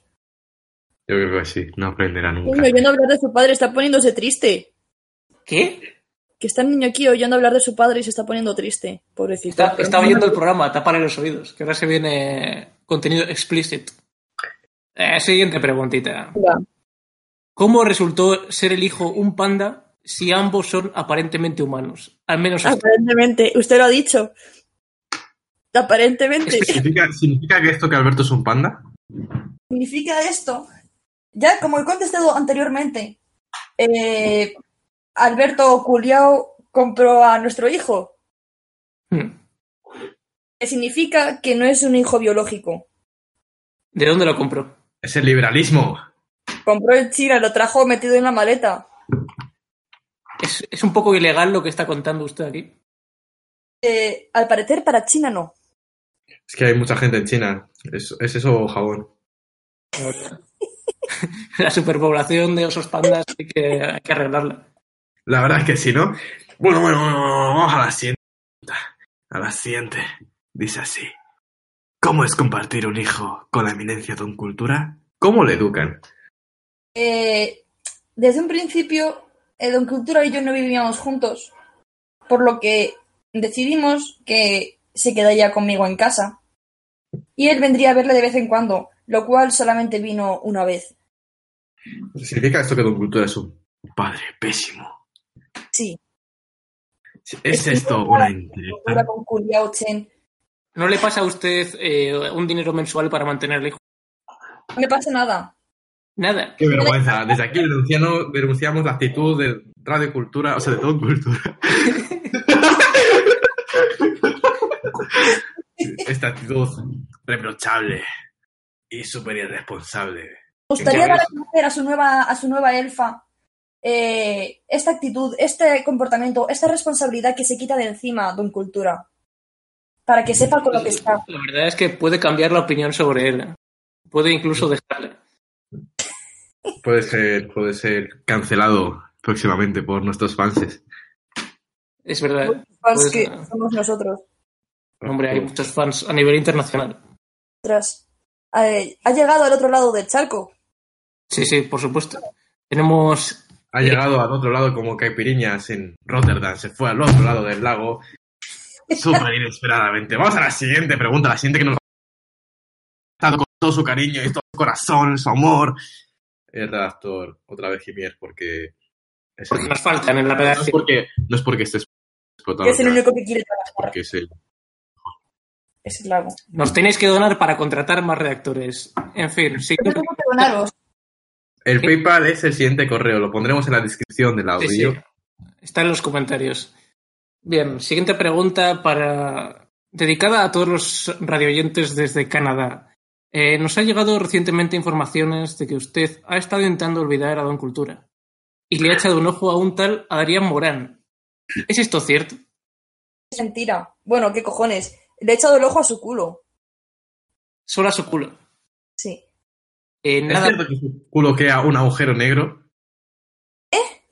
[SPEAKER 4] Yo creo que sí, no aprenderá nunca.
[SPEAKER 6] Niño, oyendo hablar de su padre está poniéndose triste.
[SPEAKER 5] ¿Qué?
[SPEAKER 6] Que está el niño aquí oyendo hablar de su padre y se está poniendo triste. Pobrecito.
[SPEAKER 5] Está- estaba oyendo el programa, tapar los oídos, que ahora se viene contenido explícito. Eh, siguiente preguntita.
[SPEAKER 6] Venga.
[SPEAKER 5] ¿Cómo resultó ser el hijo un panda si ambos son aparentemente humanos? Al
[SPEAKER 6] Ah.
[SPEAKER 5] menos hasta-
[SPEAKER 6] Aparentemente. Usted lo ha dicho. Aparentemente.
[SPEAKER 4] ¿Significa, significa que esto que Alberto es un panda?
[SPEAKER 6] significa esto? Ya, como he contestado anteriormente, eh, Alberto Culiao compró a nuestro hijo,
[SPEAKER 5] Hmm.
[SPEAKER 6] que significa que no es un hijo biológico.
[SPEAKER 5] ¿De dónde lo compró?
[SPEAKER 4] Es el liberalismo.
[SPEAKER 6] Compró en China, lo trajo metido en la maleta.
[SPEAKER 5] Es, es un poco ilegal lo que está contando usted aquí.
[SPEAKER 6] Eh, al parecer, para China no.
[SPEAKER 4] Es que hay mucha gente en China. Es, es eso, jabón.
[SPEAKER 5] (laughs) La superpoblación de osos pandas hay que, hay que arreglarla.
[SPEAKER 4] La verdad es que sí, ¿no? Bueno, bueno, bueno, bueno, vamos a la siguiente. A la siguiente. Dice así. ¿Cómo es compartir un hijo con la eminencia de un cultura? ¿Cómo le educan?
[SPEAKER 6] Eh, desde un principio, eh, Don Cultura y yo no vivíamos juntos, por lo que decidimos que se quedaría conmigo en casa. Y él vendría a verle de vez en cuando, lo cual solamente vino una vez.
[SPEAKER 4] ¿Significa esto que Don Cultura es un padre pésimo?
[SPEAKER 6] Sí,
[SPEAKER 4] ¿Es esto una indirecta?
[SPEAKER 6] Cultura con Culiao Chen.
[SPEAKER 5] ¿No le pasa a usted eh, un dinero mensual para mantener al hijo?
[SPEAKER 6] No me pasa nada.
[SPEAKER 5] Nada.
[SPEAKER 4] Qué vergüenza. Desde aquí denunciamos, denunciamos la actitud de Radio Cultura, o sea, de todo Cultura. Esta actitud reprochable y súper irresponsable.
[SPEAKER 6] Me gustaría
[SPEAKER 4] Ya
[SPEAKER 6] dar
[SPEAKER 4] ves.
[SPEAKER 6] a conocer a su nueva, a su nueva elfa eh, esta actitud, este comportamiento, esta responsabilidad que se quita de encima Don Cultura. Para que sepa con lo que está.
[SPEAKER 5] La verdad es que puede cambiar la opinión sobre él. Puede incluso dejarla.
[SPEAKER 4] Puede ser, puede ser cancelado próximamente por nuestros fans.
[SPEAKER 5] Es verdad.
[SPEAKER 6] Fans
[SPEAKER 5] Pues,
[SPEAKER 6] que
[SPEAKER 5] eh.
[SPEAKER 6] somos nosotros.
[SPEAKER 5] Hombre, hay muchos fans a nivel internacional.
[SPEAKER 6] Tras. Eh, ha llegado al otro lado del charco.
[SPEAKER 5] Sí, sí, por supuesto. Tenemos.
[SPEAKER 4] Ha llegado al otro lado como Caipiriñas en Rotterdam, se fue al otro lado del lago súper inesperadamente. Vamos a la siguiente pregunta, la siguiente que nos ha dado con todo su cariño y todo su corazón, su amor. El redactor, otra vez Jimier, porque... es
[SPEAKER 5] Porque
[SPEAKER 4] el-
[SPEAKER 5] nos faltan en la
[SPEAKER 4] no, es
[SPEAKER 5] redacción.
[SPEAKER 4] porque, no es porque estés explotado,
[SPEAKER 6] Que es el único que quiere trabajar.
[SPEAKER 4] porque es el-
[SPEAKER 6] Es el lago.
[SPEAKER 5] Nos tenéis que donar para contratar más reactores. En fin, sí.
[SPEAKER 6] Yo tengo que donaros.
[SPEAKER 4] El PayPal es el siguiente correo, lo pondremos en la descripción del audio.
[SPEAKER 5] Sí, sí. Está en los comentarios. Bien, siguiente pregunta para dedicada a todos los radioyentes desde Canadá. Eh, nos ha llegado recientemente informaciones de que usted ha estado intentando olvidar a Don Cultura y le ha echado un ojo a un tal Adrián Morán. ¿Es esto cierto?
[SPEAKER 6] Es mentira. Bueno, qué cojones. Le he echado el ojo a su culo.
[SPEAKER 5] Solo a su culo.
[SPEAKER 6] Sí.
[SPEAKER 5] Eh,
[SPEAKER 4] ¿Es
[SPEAKER 5] nada,
[SPEAKER 4] cierto que su culo queda un agujero negro? ¿Eh?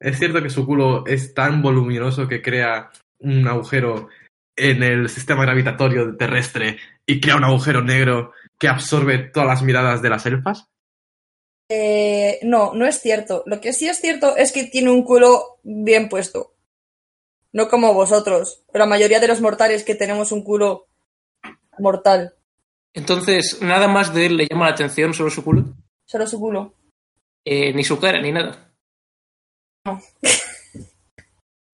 [SPEAKER 4] ¿Es cierto que su culo es tan voluminoso que crea un agujero en el sistema gravitatorio terrestre y crea un agujero negro que absorbe todas las miradas de las elfas?
[SPEAKER 6] Eh, no, no es cierto. Lo que sí es cierto es que tiene un culo bien puesto. No como vosotros, o la mayoría de los mortales que tenemos un culo mortal.
[SPEAKER 5] entonces nada más de él le llama la atención, solo su culo.
[SPEAKER 6] Solo su culo.
[SPEAKER 5] Eh, ni su cara, ni nada.
[SPEAKER 6] No.
[SPEAKER 5] (laughs)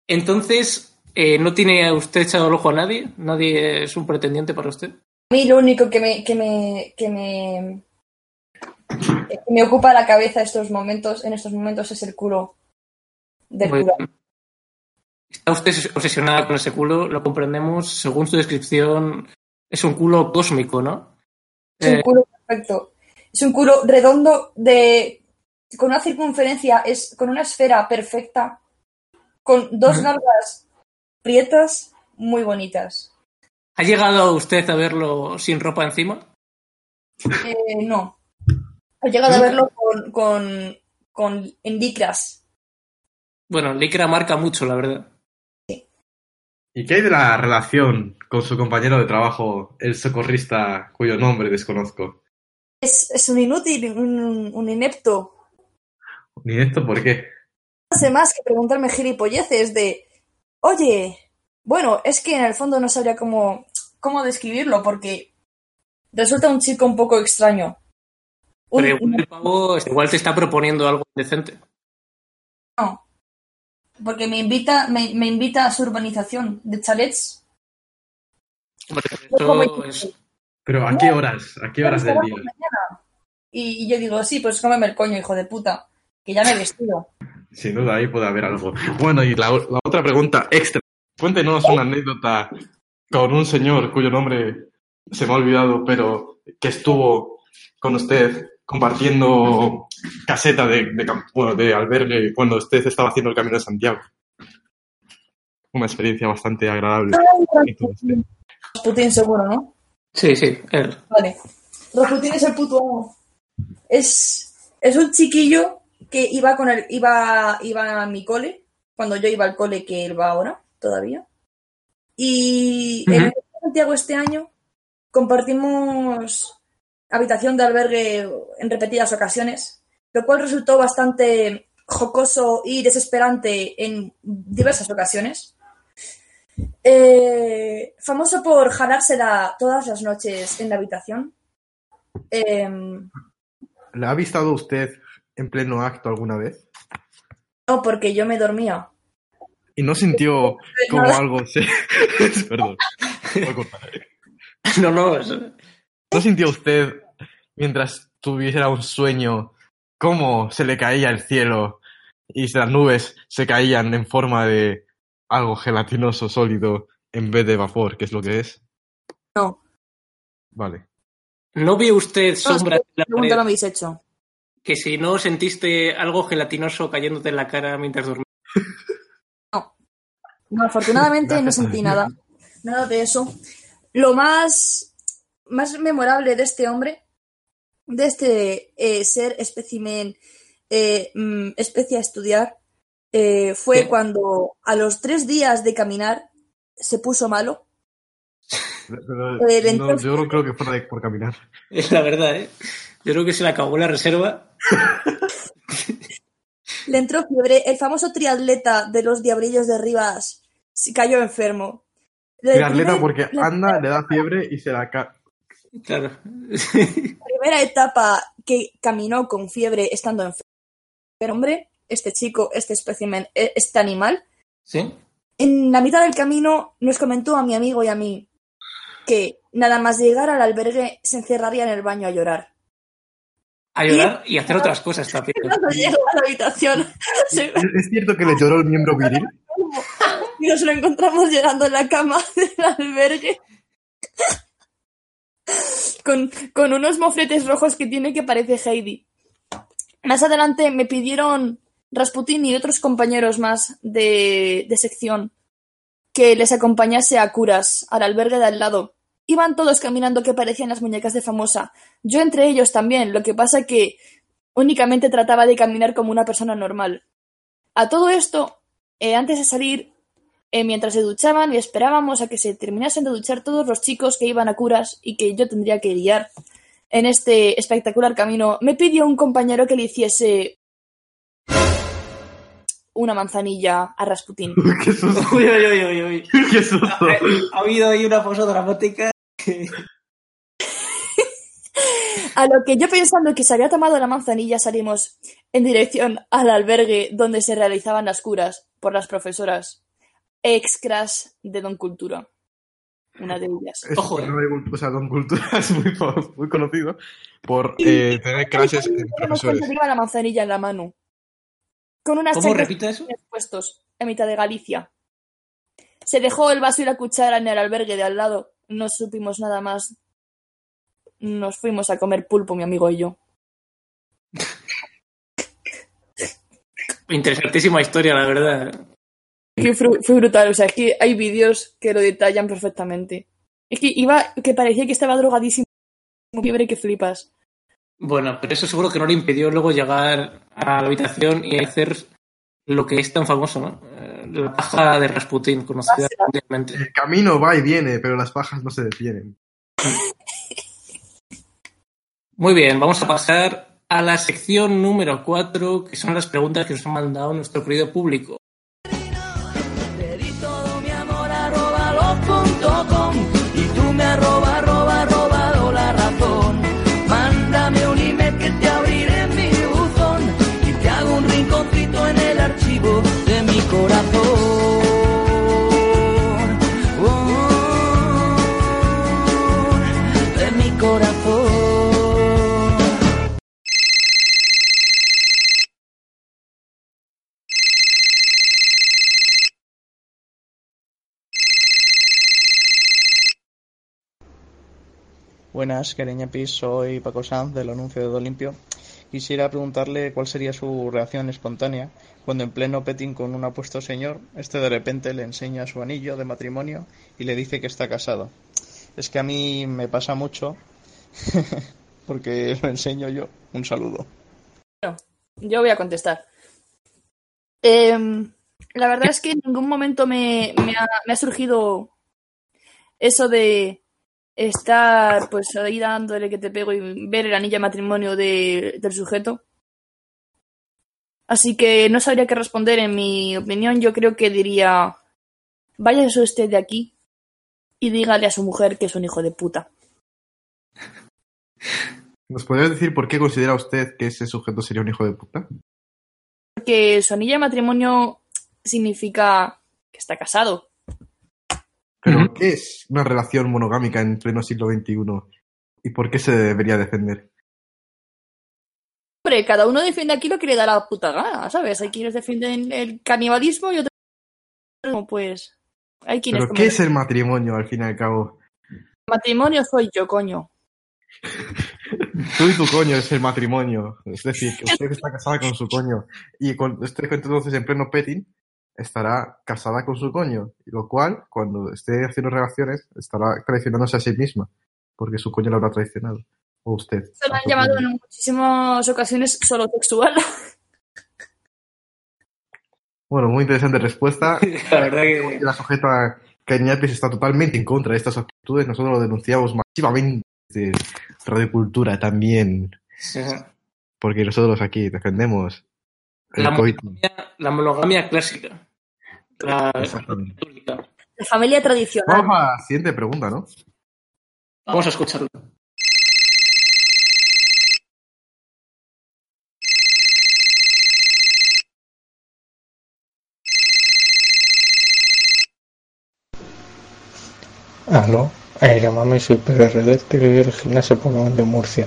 [SPEAKER 5] Entonces, eh, ¿no tiene usted echado el ojo a nadie? ¿Nadie es un pretendiente para usted?
[SPEAKER 6] A mí lo único que me, que me, que me, eh, que me ocupa la cabeza estos momentos, en estos momentos es el culo del
[SPEAKER 5] Muy
[SPEAKER 6] culo.
[SPEAKER 5] bien. Pues, Está usted obsesionada con ese culo, lo comprendemos. Según su descripción, es un culo cósmico, ¿no?
[SPEAKER 6] Es un
[SPEAKER 5] Eh,
[SPEAKER 6] culo perfecto. Es un culo redondo de con una circunferencia, es con una esfera perfecta, con dos
[SPEAKER 5] Ujú.
[SPEAKER 6] largas prietas muy bonitas.
[SPEAKER 5] ¿Ha llegado usted a verlo sin ropa encima?
[SPEAKER 6] Eh, no. He llegado a verlo con, con, con en licras.
[SPEAKER 5] Bueno, Lycra marca mucho, la verdad.
[SPEAKER 4] ¿Y qué hay de la relación con su compañero de trabajo, el socorrista cuyo nombre desconozco?
[SPEAKER 6] Es, es un inútil, un, un inepto.
[SPEAKER 4] ¿Ni esto por qué?
[SPEAKER 6] No hace más que preguntarme gilipolleces de, oye, bueno, es que en el fondo no sabría cómo, cómo describirlo porque resulta un chico un poco extraño. Un-
[SPEAKER 5] Pero igual el pavo este, igual te está proponiendo algo decente.
[SPEAKER 6] No. Porque me invita, me, me invita a su urbanización de chalets.
[SPEAKER 5] Eso es-
[SPEAKER 4] ¿Pero a qué horas? ¿A qué horas del día?
[SPEAKER 6] Y, y yo digo, sí, pues cómeme el coño, hijo de puta. Que ya me he vestido.
[SPEAKER 4] Sin duda ahí puede haber algo. Bueno, y la, la otra pregunta extra. Cuéntenos una anécdota con un señor cuyo nombre se me ha olvidado, pero que estuvo con usted compartiendo caseta de, de, camp- bueno, de albergue cuando usted estaba haciendo el Camino de Santiago. Una experiencia bastante agradable. que tuvo usted.
[SPEAKER 6] Rasputín seguro, ¿no?
[SPEAKER 5] Sí, sí, él. (laughs)
[SPEAKER 6] Vale. Rasputín es el puto amo. Es, es un chiquillo que iba con el, iba, iba a mi cole, cuando yo iba al cole que él va ahora, todavía. Y en Santiago este año compartimos habitación de albergue en repetidas ocasiones, lo cual resultó bastante jocoso y desesperante en diversas ocasiones. Eh, famoso por jalársela todas las noches en la habitación. Eh, no,
[SPEAKER 8] ¿La ha avistado usted en pleno acto alguna vez?
[SPEAKER 6] porque yo me dormía.
[SPEAKER 8] ¿Y no sintió como
[SPEAKER 6] Nada.
[SPEAKER 8] algo
[SPEAKER 4] (laughs)
[SPEAKER 8] se... Perdón. voy a cortar.
[SPEAKER 5] No, no, es-
[SPEAKER 8] ¿No sintió usted, mientras tuviera un sueño, cómo se le caía el cielo y las nubes se caían en forma de algo gelatinoso sólido
[SPEAKER 4] en vez de vapor, que es lo que es.
[SPEAKER 6] No.
[SPEAKER 4] Vale.
[SPEAKER 5] ¿No vio usted sombras en la
[SPEAKER 6] Pregunta lo
[SPEAKER 5] pared?
[SPEAKER 6] habéis hecho.
[SPEAKER 5] Que si no sentiste algo gelatinoso cayéndote en la cara mientras dormías. (laughs)
[SPEAKER 6] No, afortunadamente no sentí nada. Nada de eso. Lo más, más memorable de este hombre, de este eh, ser espécimen, eh, mm, especie a estudiar, eh, fue
[SPEAKER 5] ¿Qué?
[SPEAKER 6] cuando a los tres días de caminar se puso malo.
[SPEAKER 4] Pero-
[SPEAKER 6] Pero
[SPEAKER 4] no,
[SPEAKER 6] entonces-
[SPEAKER 4] yo no creo que fuera de- por caminar.
[SPEAKER 5] Es la verdad, ¿eh? Yo creo que se le acabó la reserva.
[SPEAKER 6] Le entró fiebre. El famoso triatleta de los diabrillos de Rivas se cayó enfermo. La
[SPEAKER 4] Mira, Atleta,
[SPEAKER 6] primer-
[SPEAKER 4] porque
[SPEAKER 6] la
[SPEAKER 4] anda, le da fiebre y se la ca-
[SPEAKER 5] Claro. (laughs)
[SPEAKER 6] primera etapa que caminó con fiebre estando enfermo. Pero hombre, este chico, este espécimen, e- este animal,
[SPEAKER 5] ¿Sí?
[SPEAKER 6] en la mitad del camino nos comentó a mi amigo y a mí que nada más llegar al albergue se encerraría en el baño a llorar.
[SPEAKER 5] A llorar y hacer otras cosas también.
[SPEAKER 6] (laughs) Cuando llegó a la habitación (laughs) se-
[SPEAKER 4] ¿Es- ¿Es cierto que le lloró el miembro viril?
[SPEAKER 6] (laughs) y nos lo encontramos llorando en la cama (laughs) del albergue. Con, con unos mofletes rojos que tiene que parece Heidi. Más adelante me pidieron Rasputin y otros compañeros más de, de sección que les acompañase a curas al albergue de al lado. Iban todos caminando que parecían las muñecas de famosa. Yo entre ellos también, lo que pasa que únicamente trataba de caminar como una persona normal. A todo esto, eh, antes de salir, eh, mientras se duchaban y esperábamos a que se terminasen de duchar todos los chicos que iban a curas y que yo tendría que guiar en este espectacular camino, me pidió un compañero que le hiciese una manzanilla a Rasputín.
[SPEAKER 4] ¡Qué susto!
[SPEAKER 5] Uy, uy, uy, uy, uy.
[SPEAKER 4] ¡Qué susto!
[SPEAKER 5] Ha, (laughs) ha habido ahí una fosa dramática.
[SPEAKER 6] A lo que yo pensando que se había tomado la manzanilla salimos en dirección al albergue donde se realizaban las curas por las profesoras excras de Don Cultura. Una de ellas.
[SPEAKER 4] Es
[SPEAKER 5] Ojo,
[SPEAKER 4] un
[SPEAKER 5] eh.
[SPEAKER 4] programa de- o sea, Don Cultura (laughs) es muy, fa- muy conocido por eh, tener clases
[SPEAKER 6] Ay,
[SPEAKER 4] en
[SPEAKER 6] cuando
[SPEAKER 4] profesores.
[SPEAKER 6] lleva la manzanilla en la mano. Con unas
[SPEAKER 5] ¿Cómo
[SPEAKER 6] chanclas
[SPEAKER 5] repite eso?
[SPEAKER 6] puestos en mitad de Galicia. Se dejó el vaso y la cuchara en el albergue de al lado. No supimos nada más. Nos fuimos a comer pulpo, mi amigo y yo.
[SPEAKER 5] Interesantísima historia, la verdad.
[SPEAKER 6] Fue, fru- fue brutal, o sea, es que hay vídeos que lo detallan perfectamente. Es que iba, que parecía que estaba drogadísimo, fiebre que flipas.
[SPEAKER 5] Bueno, pero eso seguro que no le impidió luego llegar a la habitación y hacer lo que es tan famoso, ¿no? Eh, La paja de Rasputin, conocida mundialmente.
[SPEAKER 4] El camino va y viene, pero las pajas no se detienen.
[SPEAKER 5] Muy bien, vamos a pasar a la sección número 4, que son las preguntas que nos ha mandado nuestro querido público.
[SPEAKER 2] y tú me arroba, arroba, robado la razón. Mándame un email que te abriré mi buzón y te hago un rinconcito en el archivo de mi corazón. Oh, de mi corazón.
[SPEAKER 9] Buenas, Careñapis, soy Paco Sanz del anuncio de Do Limpio. Quisiera preguntarle cuál sería su reacción espontánea cuando en pleno petting con un apuesto señor, este de repente le enseña su anillo de matrimonio y le dice que está casado. Es que a mí me pasa mucho (laughs) porque lo enseño yo. Un saludo.
[SPEAKER 6] Yo voy a contestar. Em, la verdad es que en ningún momento me, me ha, me ha surgido eso de estar pues ahí dándole que te pego y ver el anillo de matrimonio de- del sujeto. Así que no sabría qué responder en mi opinión. Yo creo que diría, váyase usted de aquí y dígale a su mujer que es un hijo de puta.
[SPEAKER 4] ¿Nos podrías decir por qué considera usted que ese sujeto sería un hijo de puta?
[SPEAKER 6] Porque su anillo de matrimonio significa que está casado.
[SPEAKER 4] ¿Pero
[SPEAKER 5] Ujú.
[SPEAKER 4] qué es una relación monogámica en pleno siglo XXI? ¿Y por qué se debería defender?
[SPEAKER 6] Hombre, cada uno defiende aquí lo que le da la puta gana, ¿sabes? Hay quienes defienden el canibalismo y otros, pues, Hay quienes
[SPEAKER 4] ¿Pero
[SPEAKER 6] como-
[SPEAKER 4] qué es el matrimonio al fin y al cabo?
[SPEAKER 6] Matrimonio soy yo, coño.
[SPEAKER 4] Tú y tu coño es el matrimonio. Es decir, que usted está casada con su coño. Y cuando usted entonces en pleno petting estará casada con su coño. y Lo cual, cuando esté haciendo relaciones, estará traicionándose a sí misma. Porque su coño la habrá traicionado. O usted.
[SPEAKER 6] Se lo
[SPEAKER 4] a
[SPEAKER 6] han
[SPEAKER 4] su
[SPEAKER 6] llamado
[SPEAKER 4] coño.
[SPEAKER 6] en muchísimas ocasiones solo sexual.
[SPEAKER 4] Bueno, muy interesante
[SPEAKER 5] (laughs)
[SPEAKER 4] respuesta.
[SPEAKER 5] (laughs) La verdad que
[SPEAKER 4] La sujeta Cañapis está totalmente en contra de estas actitudes. Nosotros lo denunciamos masivamente desde Radio Cultura también.
[SPEAKER 5] sí, sí.
[SPEAKER 4] Porque nosotros aquí defendemos el
[SPEAKER 5] La
[SPEAKER 4] coito.
[SPEAKER 5] la monogamia clásica. La
[SPEAKER 4] Exactamente.
[SPEAKER 5] católica.
[SPEAKER 6] (laughs) La familia tradicional.
[SPEAKER 4] Vamos a la siguiente pregunta, ¿no?
[SPEAKER 5] Vamos a escucharlo.
[SPEAKER 9] Aló, eh, llámame soy Pedro Redete y vivo en el gimnasio pues Pokémon de Murcia.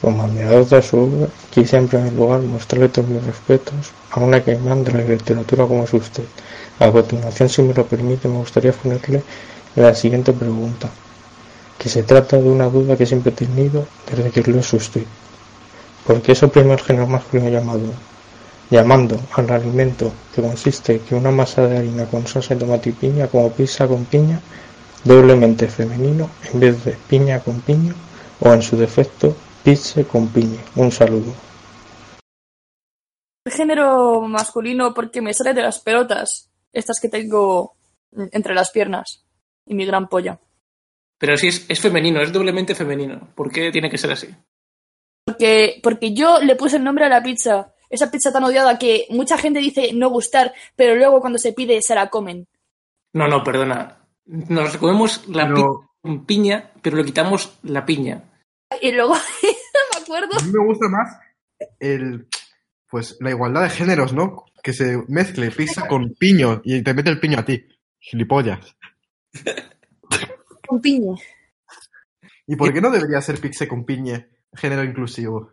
[SPEAKER 9] Pues Como admirador de su aquí siempre en mi lugar mostrarle todos mis respetos a una caimán de la literatura como es usted. A continuación, si me lo permite, me gustaría ponerle la siguiente pregunta, que se trata de una duda que siempre he tenido desde que lo sustituí. ¿Por qué es el primer género masculino llamado? llamando al alimento que consiste que una masa de harina con salsa de tomate y piña como pizza con piña doblemente femenino en vez de piña con piña o en su defecto pizza con piña. Un saludo.
[SPEAKER 6] El género masculino porque me sale de las pelotas. Estas que tengo entre las piernas. Y mi gran polla.
[SPEAKER 5] Pero sí es, es femenino, es doblemente femenino. ¿Por qué tiene que ser así?
[SPEAKER 6] Porque, porque yo le puse el nombre a la pizza. Esa pizza tan odiada que mucha gente dice no gustar, pero luego cuando se pide se la comen.
[SPEAKER 5] No, no, perdona. Nos comemos la
[SPEAKER 4] Pero-
[SPEAKER 5] pizza con piña, pero le quitamos la piña.
[SPEAKER 6] Y luego, (laughs) me acuerdo.
[SPEAKER 4] A mí me gusta más el, pues, la igualdad de géneros, ¿no? Que se mezcle pizza con piño y te mete el piño a ti. Gilipollas.
[SPEAKER 6] Con piña.
[SPEAKER 4] ¿Y por qué no debería ser pizza con piñe, género inclusivo?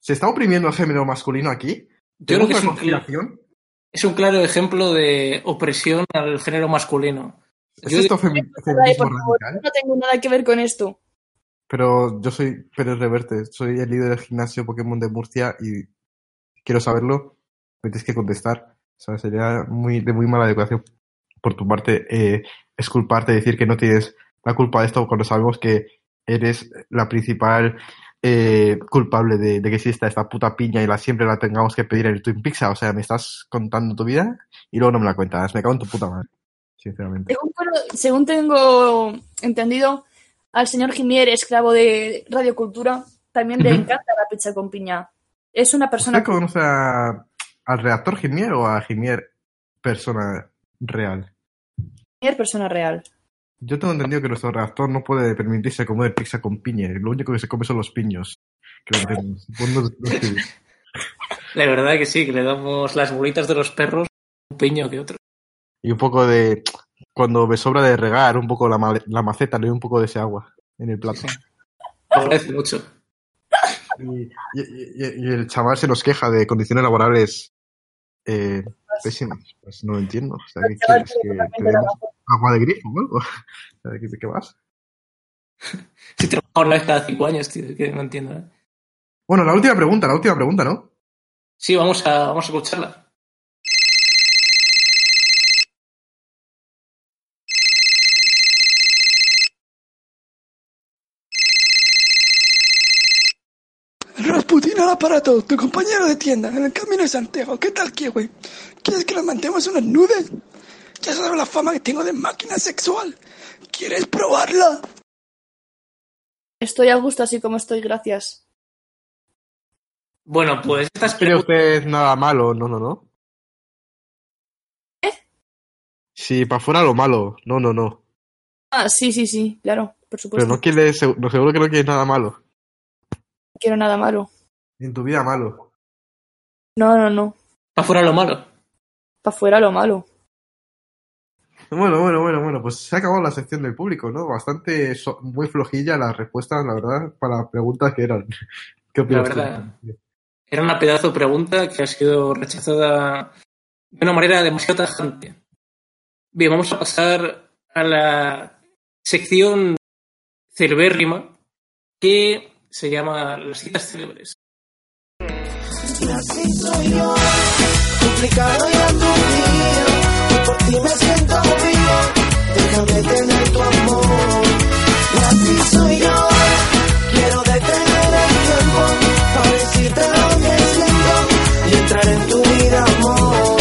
[SPEAKER 4] ¿Se está oprimiendo el género masculino aquí?
[SPEAKER 5] Yo creo que es
[SPEAKER 4] ¿Tenemos
[SPEAKER 5] un,
[SPEAKER 4] una conspiración?
[SPEAKER 5] es un claro ejemplo de opresión al género masculino.
[SPEAKER 4] ¿Es
[SPEAKER 5] Yo
[SPEAKER 4] esto femi-
[SPEAKER 6] Ay,
[SPEAKER 4] feminismo
[SPEAKER 6] por favor, yo
[SPEAKER 4] radical?
[SPEAKER 6] no tengo nada que ver con esto.
[SPEAKER 4] Pero yo soy Pérez Reverte, soy el líder del gimnasio Pokémon de Murcia y quiero saberlo. Me tienes que contestar. O sea, sería muy, de muy mala educación por tu parte eh, esculparte, decir que no tienes la culpa de esto cuando sabemos que eres la principal eh, culpable de, de que exista esta puta piña y la siempre la tengamos que pedir en el Twin Pizza. O sea, me estás contando tu vida y luego no me la cuentas. Me cago en tu puta madre, sinceramente.
[SPEAKER 6] Según, creo- según tengo entendido, al señor Jimier, esclavo de Radio Cultura, también le
[SPEAKER 5] Ujú.
[SPEAKER 6] encanta la pizza con piña. Es una persona
[SPEAKER 4] ¿Usted conoce a- al redactor Gimier o a Gimier persona real?
[SPEAKER 6] Jimier, persona real.
[SPEAKER 4] Yo tengo entendido que nuestro redactor no puede permitirse comer pizza con piña. Lo único que se come son los piños. Que lo tenemos. Pues no- no sé.
[SPEAKER 5] La verdad que sí, que le damos las bolitas de los perros un piño que otro.
[SPEAKER 4] (laughs) Y un poco de... Cuando me sobra de regar un poco la, male- la maceta, le doy un poco de ese agua en el plato.
[SPEAKER 5] Lo agradece mucho.
[SPEAKER 4] Y, y- y- y el chaval se nos queja de condiciones laborales eh, pésimas. Pues no lo entiendo. O sea, ¿qué
[SPEAKER 6] chaval
[SPEAKER 4] quieres?
[SPEAKER 6] tiene
[SPEAKER 4] ¿Que te
[SPEAKER 6] totalmente
[SPEAKER 4] demos agua de grifo o algo? (laughs) O sea, ¿De qué- de qué vas?
[SPEAKER 5] Si trabaja una vez cada cinco años, tío, que no entiendo. ¿eh?
[SPEAKER 4] Bueno, la última pregunta, la última pregunta, ¿no?
[SPEAKER 5] Sí, vamos a, vamos a escucharla.
[SPEAKER 10] Rasputin al aparato, tu compañero de tienda, en el camino de Santiago. ¿Qué tal, Kiwi? ¿Quieres que nos mantemos unas nubes? Ya sabes la fama que tengo de máquina sexual. ¿Quieres probarla?
[SPEAKER 6] Estoy a gusto así como estoy, gracias.
[SPEAKER 5] Bueno, pues estas
[SPEAKER 4] ¿Cree
[SPEAKER 5] preguntas.
[SPEAKER 4] usted nada malo? No, no, no.
[SPEAKER 6] ¿Eh?
[SPEAKER 4] Sí, para fuera lo malo. No, no, no.
[SPEAKER 6] Ah, sí, sí, Pues sí, claro, por
[SPEAKER 4] Pero
[SPEAKER 6] supuesto.
[SPEAKER 4] no quieres, seg- no, seguro que no quieres nada malo.
[SPEAKER 6] No quiero nada malo.
[SPEAKER 4] En tu vida malo.
[SPEAKER 6] No, no, no.
[SPEAKER 5] Va fuera lo malo.
[SPEAKER 6] Para fuera lo malo.
[SPEAKER 4] Bueno, bueno, bueno, bueno, pues se ha acabado la sección del público, ¿no? Bastante, so- muy flojilla las respuestas, la verdad, para las preguntas que eran. (laughs) ¿Qué opina
[SPEAKER 5] La verdad. Era una pedazo de pregunta que ha sido rechazada de una manera demasiado tajante. Bien, vamos a pasar a la sección celebérrima que se llama Las citas célebres.
[SPEAKER 2] Así soy yo, duplicado y aturdido, y por ti me siento vivo, déjame tener tu amor. Y así soy yo, quiero detener el tiempo, para decirte lo que siento, y entrar en tu vida, amor.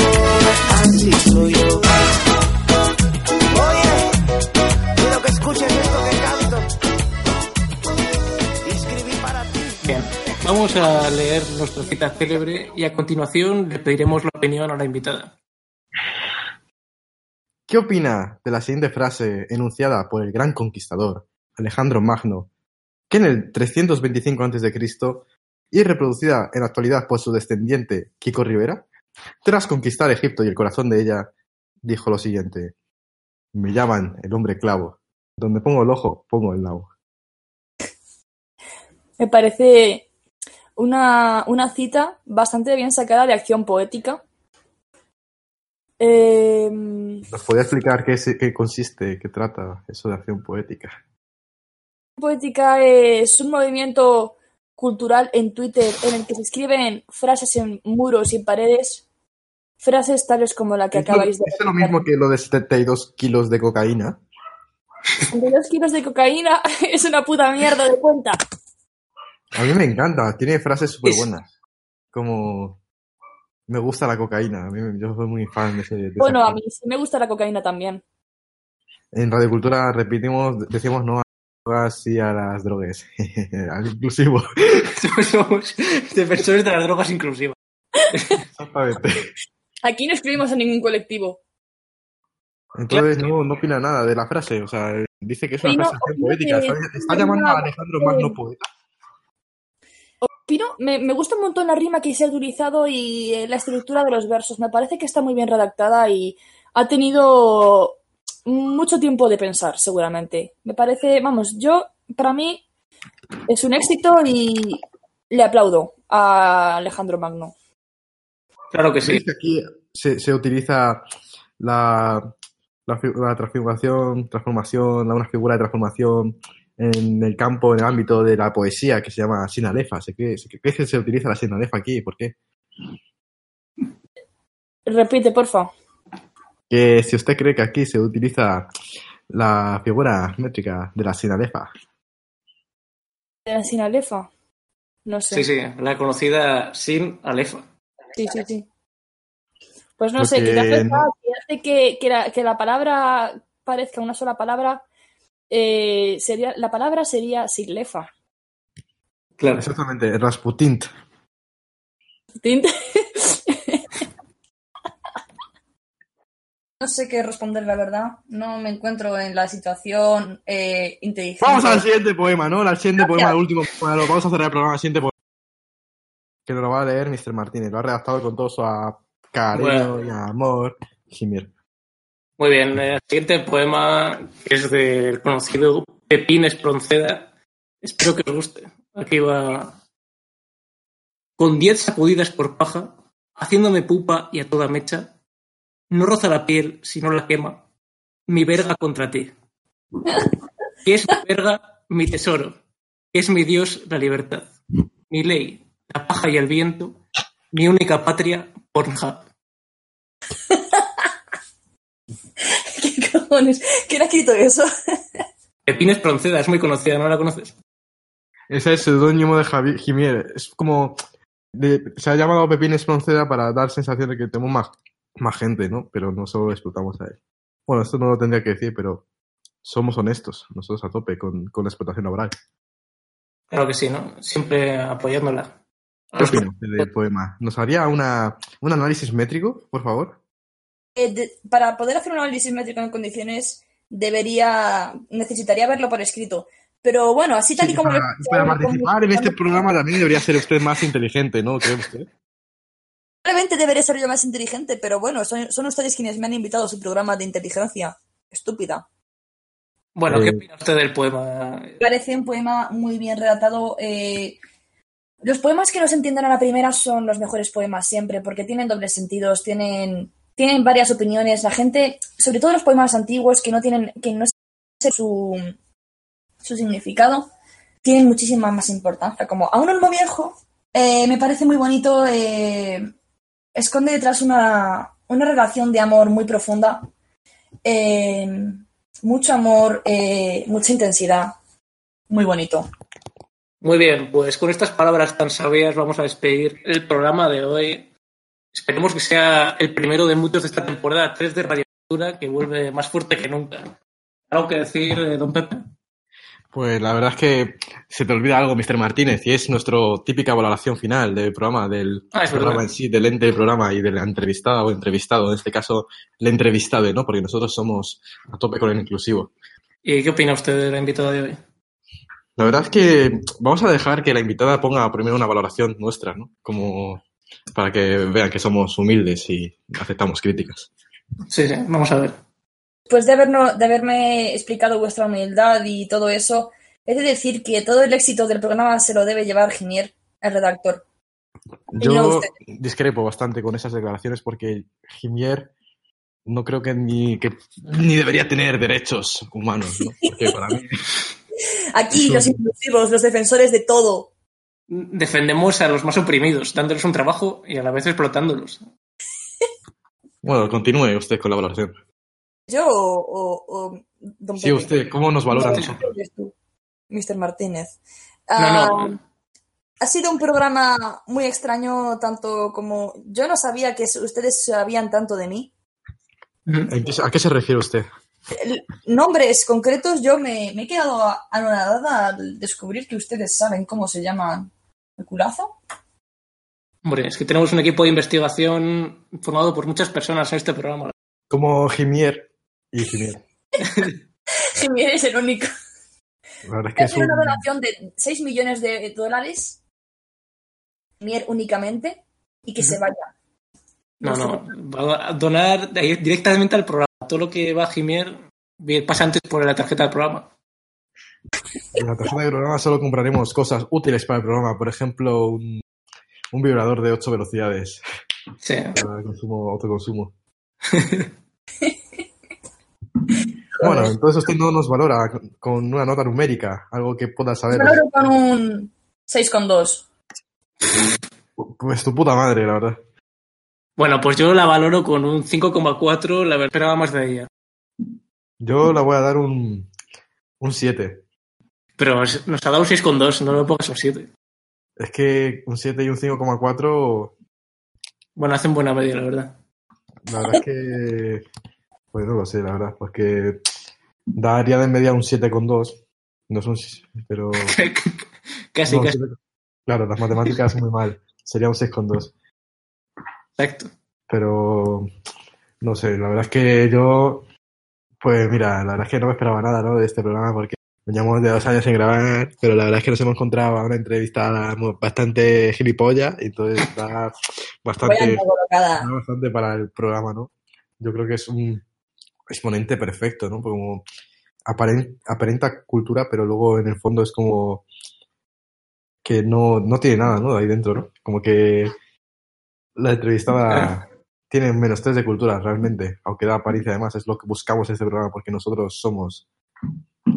[SPEAKER 2] Así soy yo. Oye, quiero que escuches esto que canto, y escribí para ti.
[SPEAKER 5] Bien, vamos a leer nuestra cita célebre y a continuación le pediremos la opinión a la invitada. (laughs)
[SPEAKER 4] ¿Qué opina de la siguiente frase enunciada por el gran conquistador Alejandro Magno, que en el 325 a.C. y reproducida en la actualidad por su descendiente Kiko Rivera, tras conquistar Egipto y el corazón de ella, dijo lo siguiente: Me llaman el hombre clavo. Donde pongo el ojo, pongo el nabo.
[SPEAKER 6] Me parece una, una cita bastante bien sacada de acción poética. Em,
[SPEAKER 4] ¿Nos podría explicar qué, es- qué consiste, qué trata eso de acción poética?
[SPEAKER 6] poética es un movimiento cultural en Twitter en el que se escriben frases en muros y en paredes, frases tales como la que
[SPEAKER 4] ¿Es lo-
[SPEAKER 6] acabáis de...
[SPEAKER 4] ¿Es lo mismo que lo de 72 kilos de cocaína?
[SPEAKER 6] 32 kilos de cocaína (laughs) es una puta mierda de cuenta.
[SPEAKER 4] A mí me encanta, tiene frases súper
[SPEAKER 5] Es-
[SPEAKER 4] buenas. Como, me gusta la cocaína, a mí, yo soy muy fan de ese. de esa
[SPEAKER 6] Bueno, a
[SPEAKER 4] cosa.
[SPEAKER 6] mí sí me gusta la cocaína también.
[SPEAKER 4] En Radio Cultura repetimos, decimos no a las drogas y a las drogas. (laughs) Al inclusivo, (laughs)
[SPEAKER 5] Somos defensores de las drogas inclusivas.
[SPEAKER 4] exactamente.
[SPEAKER 6] Aquí no escribimos a ningún colectivo.
[SPEAKER 4] Entonces no, no opina nada de la frase, o sea, dice que es una
[SPEAKER 6] Opino-
[SPEAKER 4] frase bien
[SPEAKER 6] opino
[SPEAKER 4] poética.
[SPEAKER 6] que-
[SPEAKER 4] Está, está llamando a Alejandro Magno poeta.
[SPEAKER 6] Pino, me, me gusta un montón la rima que se ha utilizado y eh, la estructura de los versos. Me parece que está muy bien redactada y ha tenido mucho tiempo de pensar, seguramente. Me parece, vamos, yo, para mí, es un éxito y le aplaudo a Alejandro Magno.
[SPEAKER 5] Claro que Pues sí.
[SPEAKER 4] ¿Veis que aquí se, se utiliza la, la, fi- la transfiguración, transformación, la- una figura de transformación en el campo, en el ámbito de la poesía que se llama sinalefa. ¿Se cree- se- ¿Crees que se utiliza la sinalefa aquí? ¿Por qué?
[SPEAKER 6] Repite, porfa.
[SPEAKER 4] Que si usted cree que aquí se utiliza la figura métrica de la sinalefa.
[SPEAKER 6] ¿De la sinalefa? No
[SPEAKER 5] Sí,
[SPEAKER 6] sé.
[SPEAKER 5] sí, la conocida sin Alefa.
[SPEAKER 6] Sí, sí, sí. Pues no
[SPEAKER 4] Lo
[SPEAKER 6] sé,
[SPEAKER 4] que
[SPEAKER 6] quizás pensaba
[SPEAKER 4] no-
[SPEAKER 6] que hace que, que la, que la palabra parezca una sola palabra, eh, sería, la palabra sería siglefa.
[SPEAKER 5] Claro.
[SPEAKER 4] Exactamente, Rasputin.
[SPEAKER 6] Tint- (laughs) no sé qué responder, la verdad. No me encuentro en la situación eh, inteligente.
[SPEAKER 4] Vamos al siguiente poema, ¿no? Al siguiente
[SPEAKER 6] Gracias.
[SPEAKER 4] poema, al último poema. lo- Vamos a cerrar el programa al siguiente poema. Que nos lo va a leer Mr. Martínez. Lo ha redactado con todo su a- cariño
[SPEAKER 5] Bueno.
[SPEAKER 4] y amor. Jimir.
[SPEAKER 5] Muy bien, eh, el siguiente poema es del conocido Pepín Espronceda. Espero que os guste. Aquí va. Con diez sacudidas por paja, haciéndome pupa y a toda mecha, no roza la piel si no la quema, mi verga contra ti. Que es mi verga, mi tesoro, que es mi Dios, la libertad, mi ley, la paja y el viento, mi única patria, Pornhub.
[SPEAKER 6] (laughs) ¿Qué cojones? ¿Quién ha escrito eso?
[SPEAKER 5] Pepín Espronceda es muy conocida, ¿no la conoces?
[SPEAKER 4] Ese es el seudónimo de Javier Jimier. Es como. de- se ha llamado Pepín Espronceda para dar sensación de que tenemos más, más gente, ¿no? Pero no solo explotamos a él. Bueno, esto no lo tendría que decir, pero somos honestos. Nosotros a tope con, con la explotación laboral.
[SPEAKER 5] Claro que sí, ¿no? Siempre apoyándola. Ah.
[SPEAKER 4] ¿Qué opina usted del poema? ¿Nos haría una, un análisis métrico, por favor?
[SPEAKER 6] Eh, de- para poder hacer un análisis métrico en condiciones, debería necesitaría verlo por escrito. Pero bueno, así tal y
[SPEAKER 4] Sí,
[SPEAKER 6] como... lo
[SPEAKER 4] para,
[SPEAKER 6] escuché,
[SPEAKER 4] para
[SPEAKER 6] no puedo-
[SPEAKER 4] participar en este programa también debería ser usted más inteligente, ¿no? ¿Cree usted?
[SPEAKER 6] Probablemente deberé ser yo más inteligente, pero bueno, son, son ustedes quienes me han invitado a su programa de inteligencia. Estúpida.
[SPEAKER 5] Bueno,
[SPEAKER 4] Eh,
[SPEAKER 5] ¿qué opina usted del poema?
[SPEAKER 6] Parece un poema muy bien relatado. eh, Los poemas que no se entienden a la primera son los mejores poemas siempre, porque tienen dobles sentidos, tienen, tienen varias opiniones. La gente, sobre todo los poemas antiguos que no tienen, que no es su, su significado, tienen muchísima más importancia. Como a un olmo viejo, eh, me parece muy bonito, eh, esconde detrás una, una relación de amor muy profunda, eh, mucho amor, eh, mucha intensidad, muy bonito.
[SPEAKER 5] Muy bien, pues con estas palabras tan sabias vamos a despedir el programa de hoy. Esperemos que sea el primero de muchos de esta temporada 3 de Radio Cultura, que vuelve más fuerte que nunca. ¿Algo que decir, eh, don Pepe?
[SPEAKER 4] Pues la verdad es que se te olvida algo, Mr. Martínez, y es nuestra típica valoración final del programa, del
[SPEAKER 5] Ah, es verdad.
[SPEAKER 4] programa en sí, del ente del programa y de la entrevistada o entrevistado, en este caso, la entrevistada, ¿no? Porque nosotros somos a tope con el inclusivo.
[SPEAKER 5] ¿Y qué opina usted de la invitada de hoy?
[SPEAKER 4] La verdad es que vamos a dejar que la invitada ponga primero una valoración nuestra, ¿no? Como para que vean que somos humildes y aceptamos críticas.
[SPEAKER 5] Sí, sí, vamos a ver.
[SPEAKER 6] Después de, haberno- de haberme explicado vuestra humildad y todo eso, he de decir que todo el éxito del programa se lo debe llevar Ginier, el redactor. Opinión
[SPEAKER 4] Yo
[SPEAKER 6] usted.
[SPEAKER 4] discrepo bastante con esas declaraciones porque Jimier no creo que ni, que ni debería tener derechos humanos, ¿no? Porque para mí
[SPEAKER 6] Aquí
[SPEAKER 4] Eso.
[SPEAKER 6] los inclusivos, los defensores de todo.
[SPEAKER 5] Defendemos a los más oprimidos, dándoles un trabajo y a la vez explotándolos.
[SPEAKER 4] Bueno, continúe usted con la valoración.
[SPEAKER 6] ¿Yo o, o- o don
[SPEAKER 4] Sí,
[SPEAKER 6] Pepe?
[SPEAKER 4] usted, ¿cómo nos valora a
[SPEAKER 6] No,
[SPEAKER 4] nosotros?
[SPEAKER 6] eres tú, Mr. Martínez. Ah,
[SPEAKER 5] No, no,
[SPEAKER 6] Ha sido un programa muy extraño, tanto como yo no sabía que ustedes sabían tanto de mí.
[SPEAKER 5] Ujú.
[SPEAKER 4] ¿En qué se- ¿A qué se refiere usted?
[SPEAKER 6] El- nombres concretos, yo me, me he quedado a- anonadada al descubrir que ustedes saben cómo se llama el culazo. (laughs)
[SPEAKER 5] Hombre, es que tenemos un equipo de investigación formado por muchas personas en este programa.
[SPEAKER 4] Como Jimier y Jimier.
[SPEAKER 6] Jimmy es el único.
[SPEAKER 4] La verdad es que
[SPEAKER 6] Voy a
[SPEAKER 4] es
[SPEAKER 6] hacer una
[SPEAKER 4] un...
[SPEAKER 6] donación de 6 millones de dólares. Mier únicamente. Y que se vaya.
[SPEAKER 5] No, no, va a donar di- directamente al programa. Todo lo que va a Jimier bien, pasa antes por la tarjeta del programa.
[SPEAKER 4] En la tarjeta del programa solo compraremos cosas útiles para el programa, por ejemplo, un, un vibrador de 8 velocidades
[SPEAKER 5] Sí.
[SPEAKER 4] para consumo, autoconsumo. bueno, entonces usted no nos valora con- con una nota numérica, algo que pueda saber.
[SPEAKER 6] Valoro con un 6,2.
[SPEAKER 4] Pues tu puta madre, la verdad.
[SPEAKER 5] Bueno, pues yo la valoro con un 5,4, la verdad esperaba más de ella.
[SPEAKER 4] Yo la voy a dar un, un 7.
[SPEAKER 5] Pero es- nos ha dado un 6,2, no lo pongas un 7.
[SPEAKER 4] Es que un 7 y un 5,4,
[SPEAKER 5] Bueno, hacen buena media, la verdad. (laughs)
[SPEAKER 4] la verdad es que... Pues no lo sé, la verdad, porque daría de media un 7,2. No son... Pero...
[SPEAKER 5] casi,
[SPEAKER 4] No,
[SPEAKER 5] casi,
[SPEAKER 4] siete- Claro, las matemáticas muy mal. Sería un 6,2.
[SPEAKER 5] exacto.
[SPEAKER 4] Pero no sé, la verdad es que yo, pues mira, la verdad es que no me esperaba nada ¿no? de este programa porque veníamos de dos años sin grabar, pero la verdad es que nos hemos encontrado a una entrevistada mu- bastante gilipollas, y entonces da
[SPEAKER 6] Vaya
[SPEAKER 4] bastante,
[SPEAKER 6] una colocada.
[SPEAKER 4] da bastante para el programa, ¿no? Yo creo que es un exponente perfecto, ¿no? Como aparen- aparenta cultura, pero luego en el fondo es como que no, no tiene nada, ¿no? Ahí dentro, ¿no? Como que la
[SPEAKER 7] (laughs)
[SPEAKER 4] entrevistada tiene menos tres de cultura, realmente. Aunque da apariencia, además, es lo que buscamos en este programa, porque nosotros somos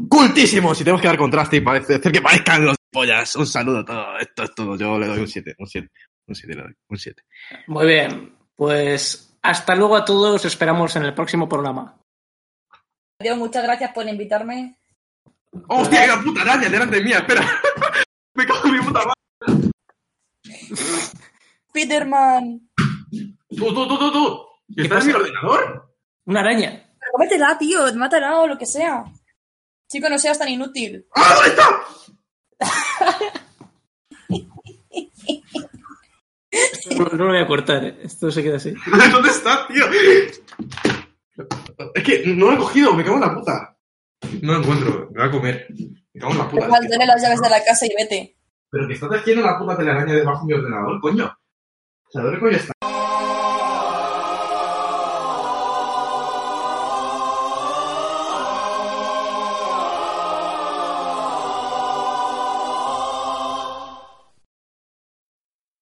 [SPEAKER 4] cultísimos y tenemos que dar contraste y parece, hacer que parezcan los pollas. Un saludo a todos. Esto es todo. Yo le doy un 7, un 7, un 7, le doy un 7.
[SPEAKER 5] Muy bien, pues hasta luego a todos, esperamos en el próximo programa.
[SPEAKER 6] Dios, muchas gracias por invitarme.
[SPEAKER 7] ¡Oh, ¡Hostia, hay una puta araña delante mía! ¡Espera! (laughs) ¡Me cago en mi puta madre!
[SPEAKER 6] Spiderman.
[SPEAKER 7] ¡Tú, tú, tú, tú! tú! ¿Que ¿Estás en mi ordenador?
[SPEAKER 5] Una araña.
[SPEAKER 6] Pero cómetela, tío. Mátala o lo que sea. Chico, no seas tan inútil.
[SPEAKER 7] ¡Ah, dónde está!
[SPEAKER 5] No, no lo voy a cortar, eh. esto se queda así.
[SPEAKER 4] (laughs)
[SPEAKER 7] ¿Dónde está, tío?
[SPEAKER 4] Es que no lo he cogido, me cago en la puta.
[SPEAKER 7] No lo encuentro, me va a comer.
[SPEAKER 4] Me cago en la puta.
[SPEAKER 6] Igual, dale las llaves de la casa y vete.
[SPEAKER 4] Pero que está tejiendo la puta telaraña debajo de mi ordenador, coño. O sea, ¿dónde coño está?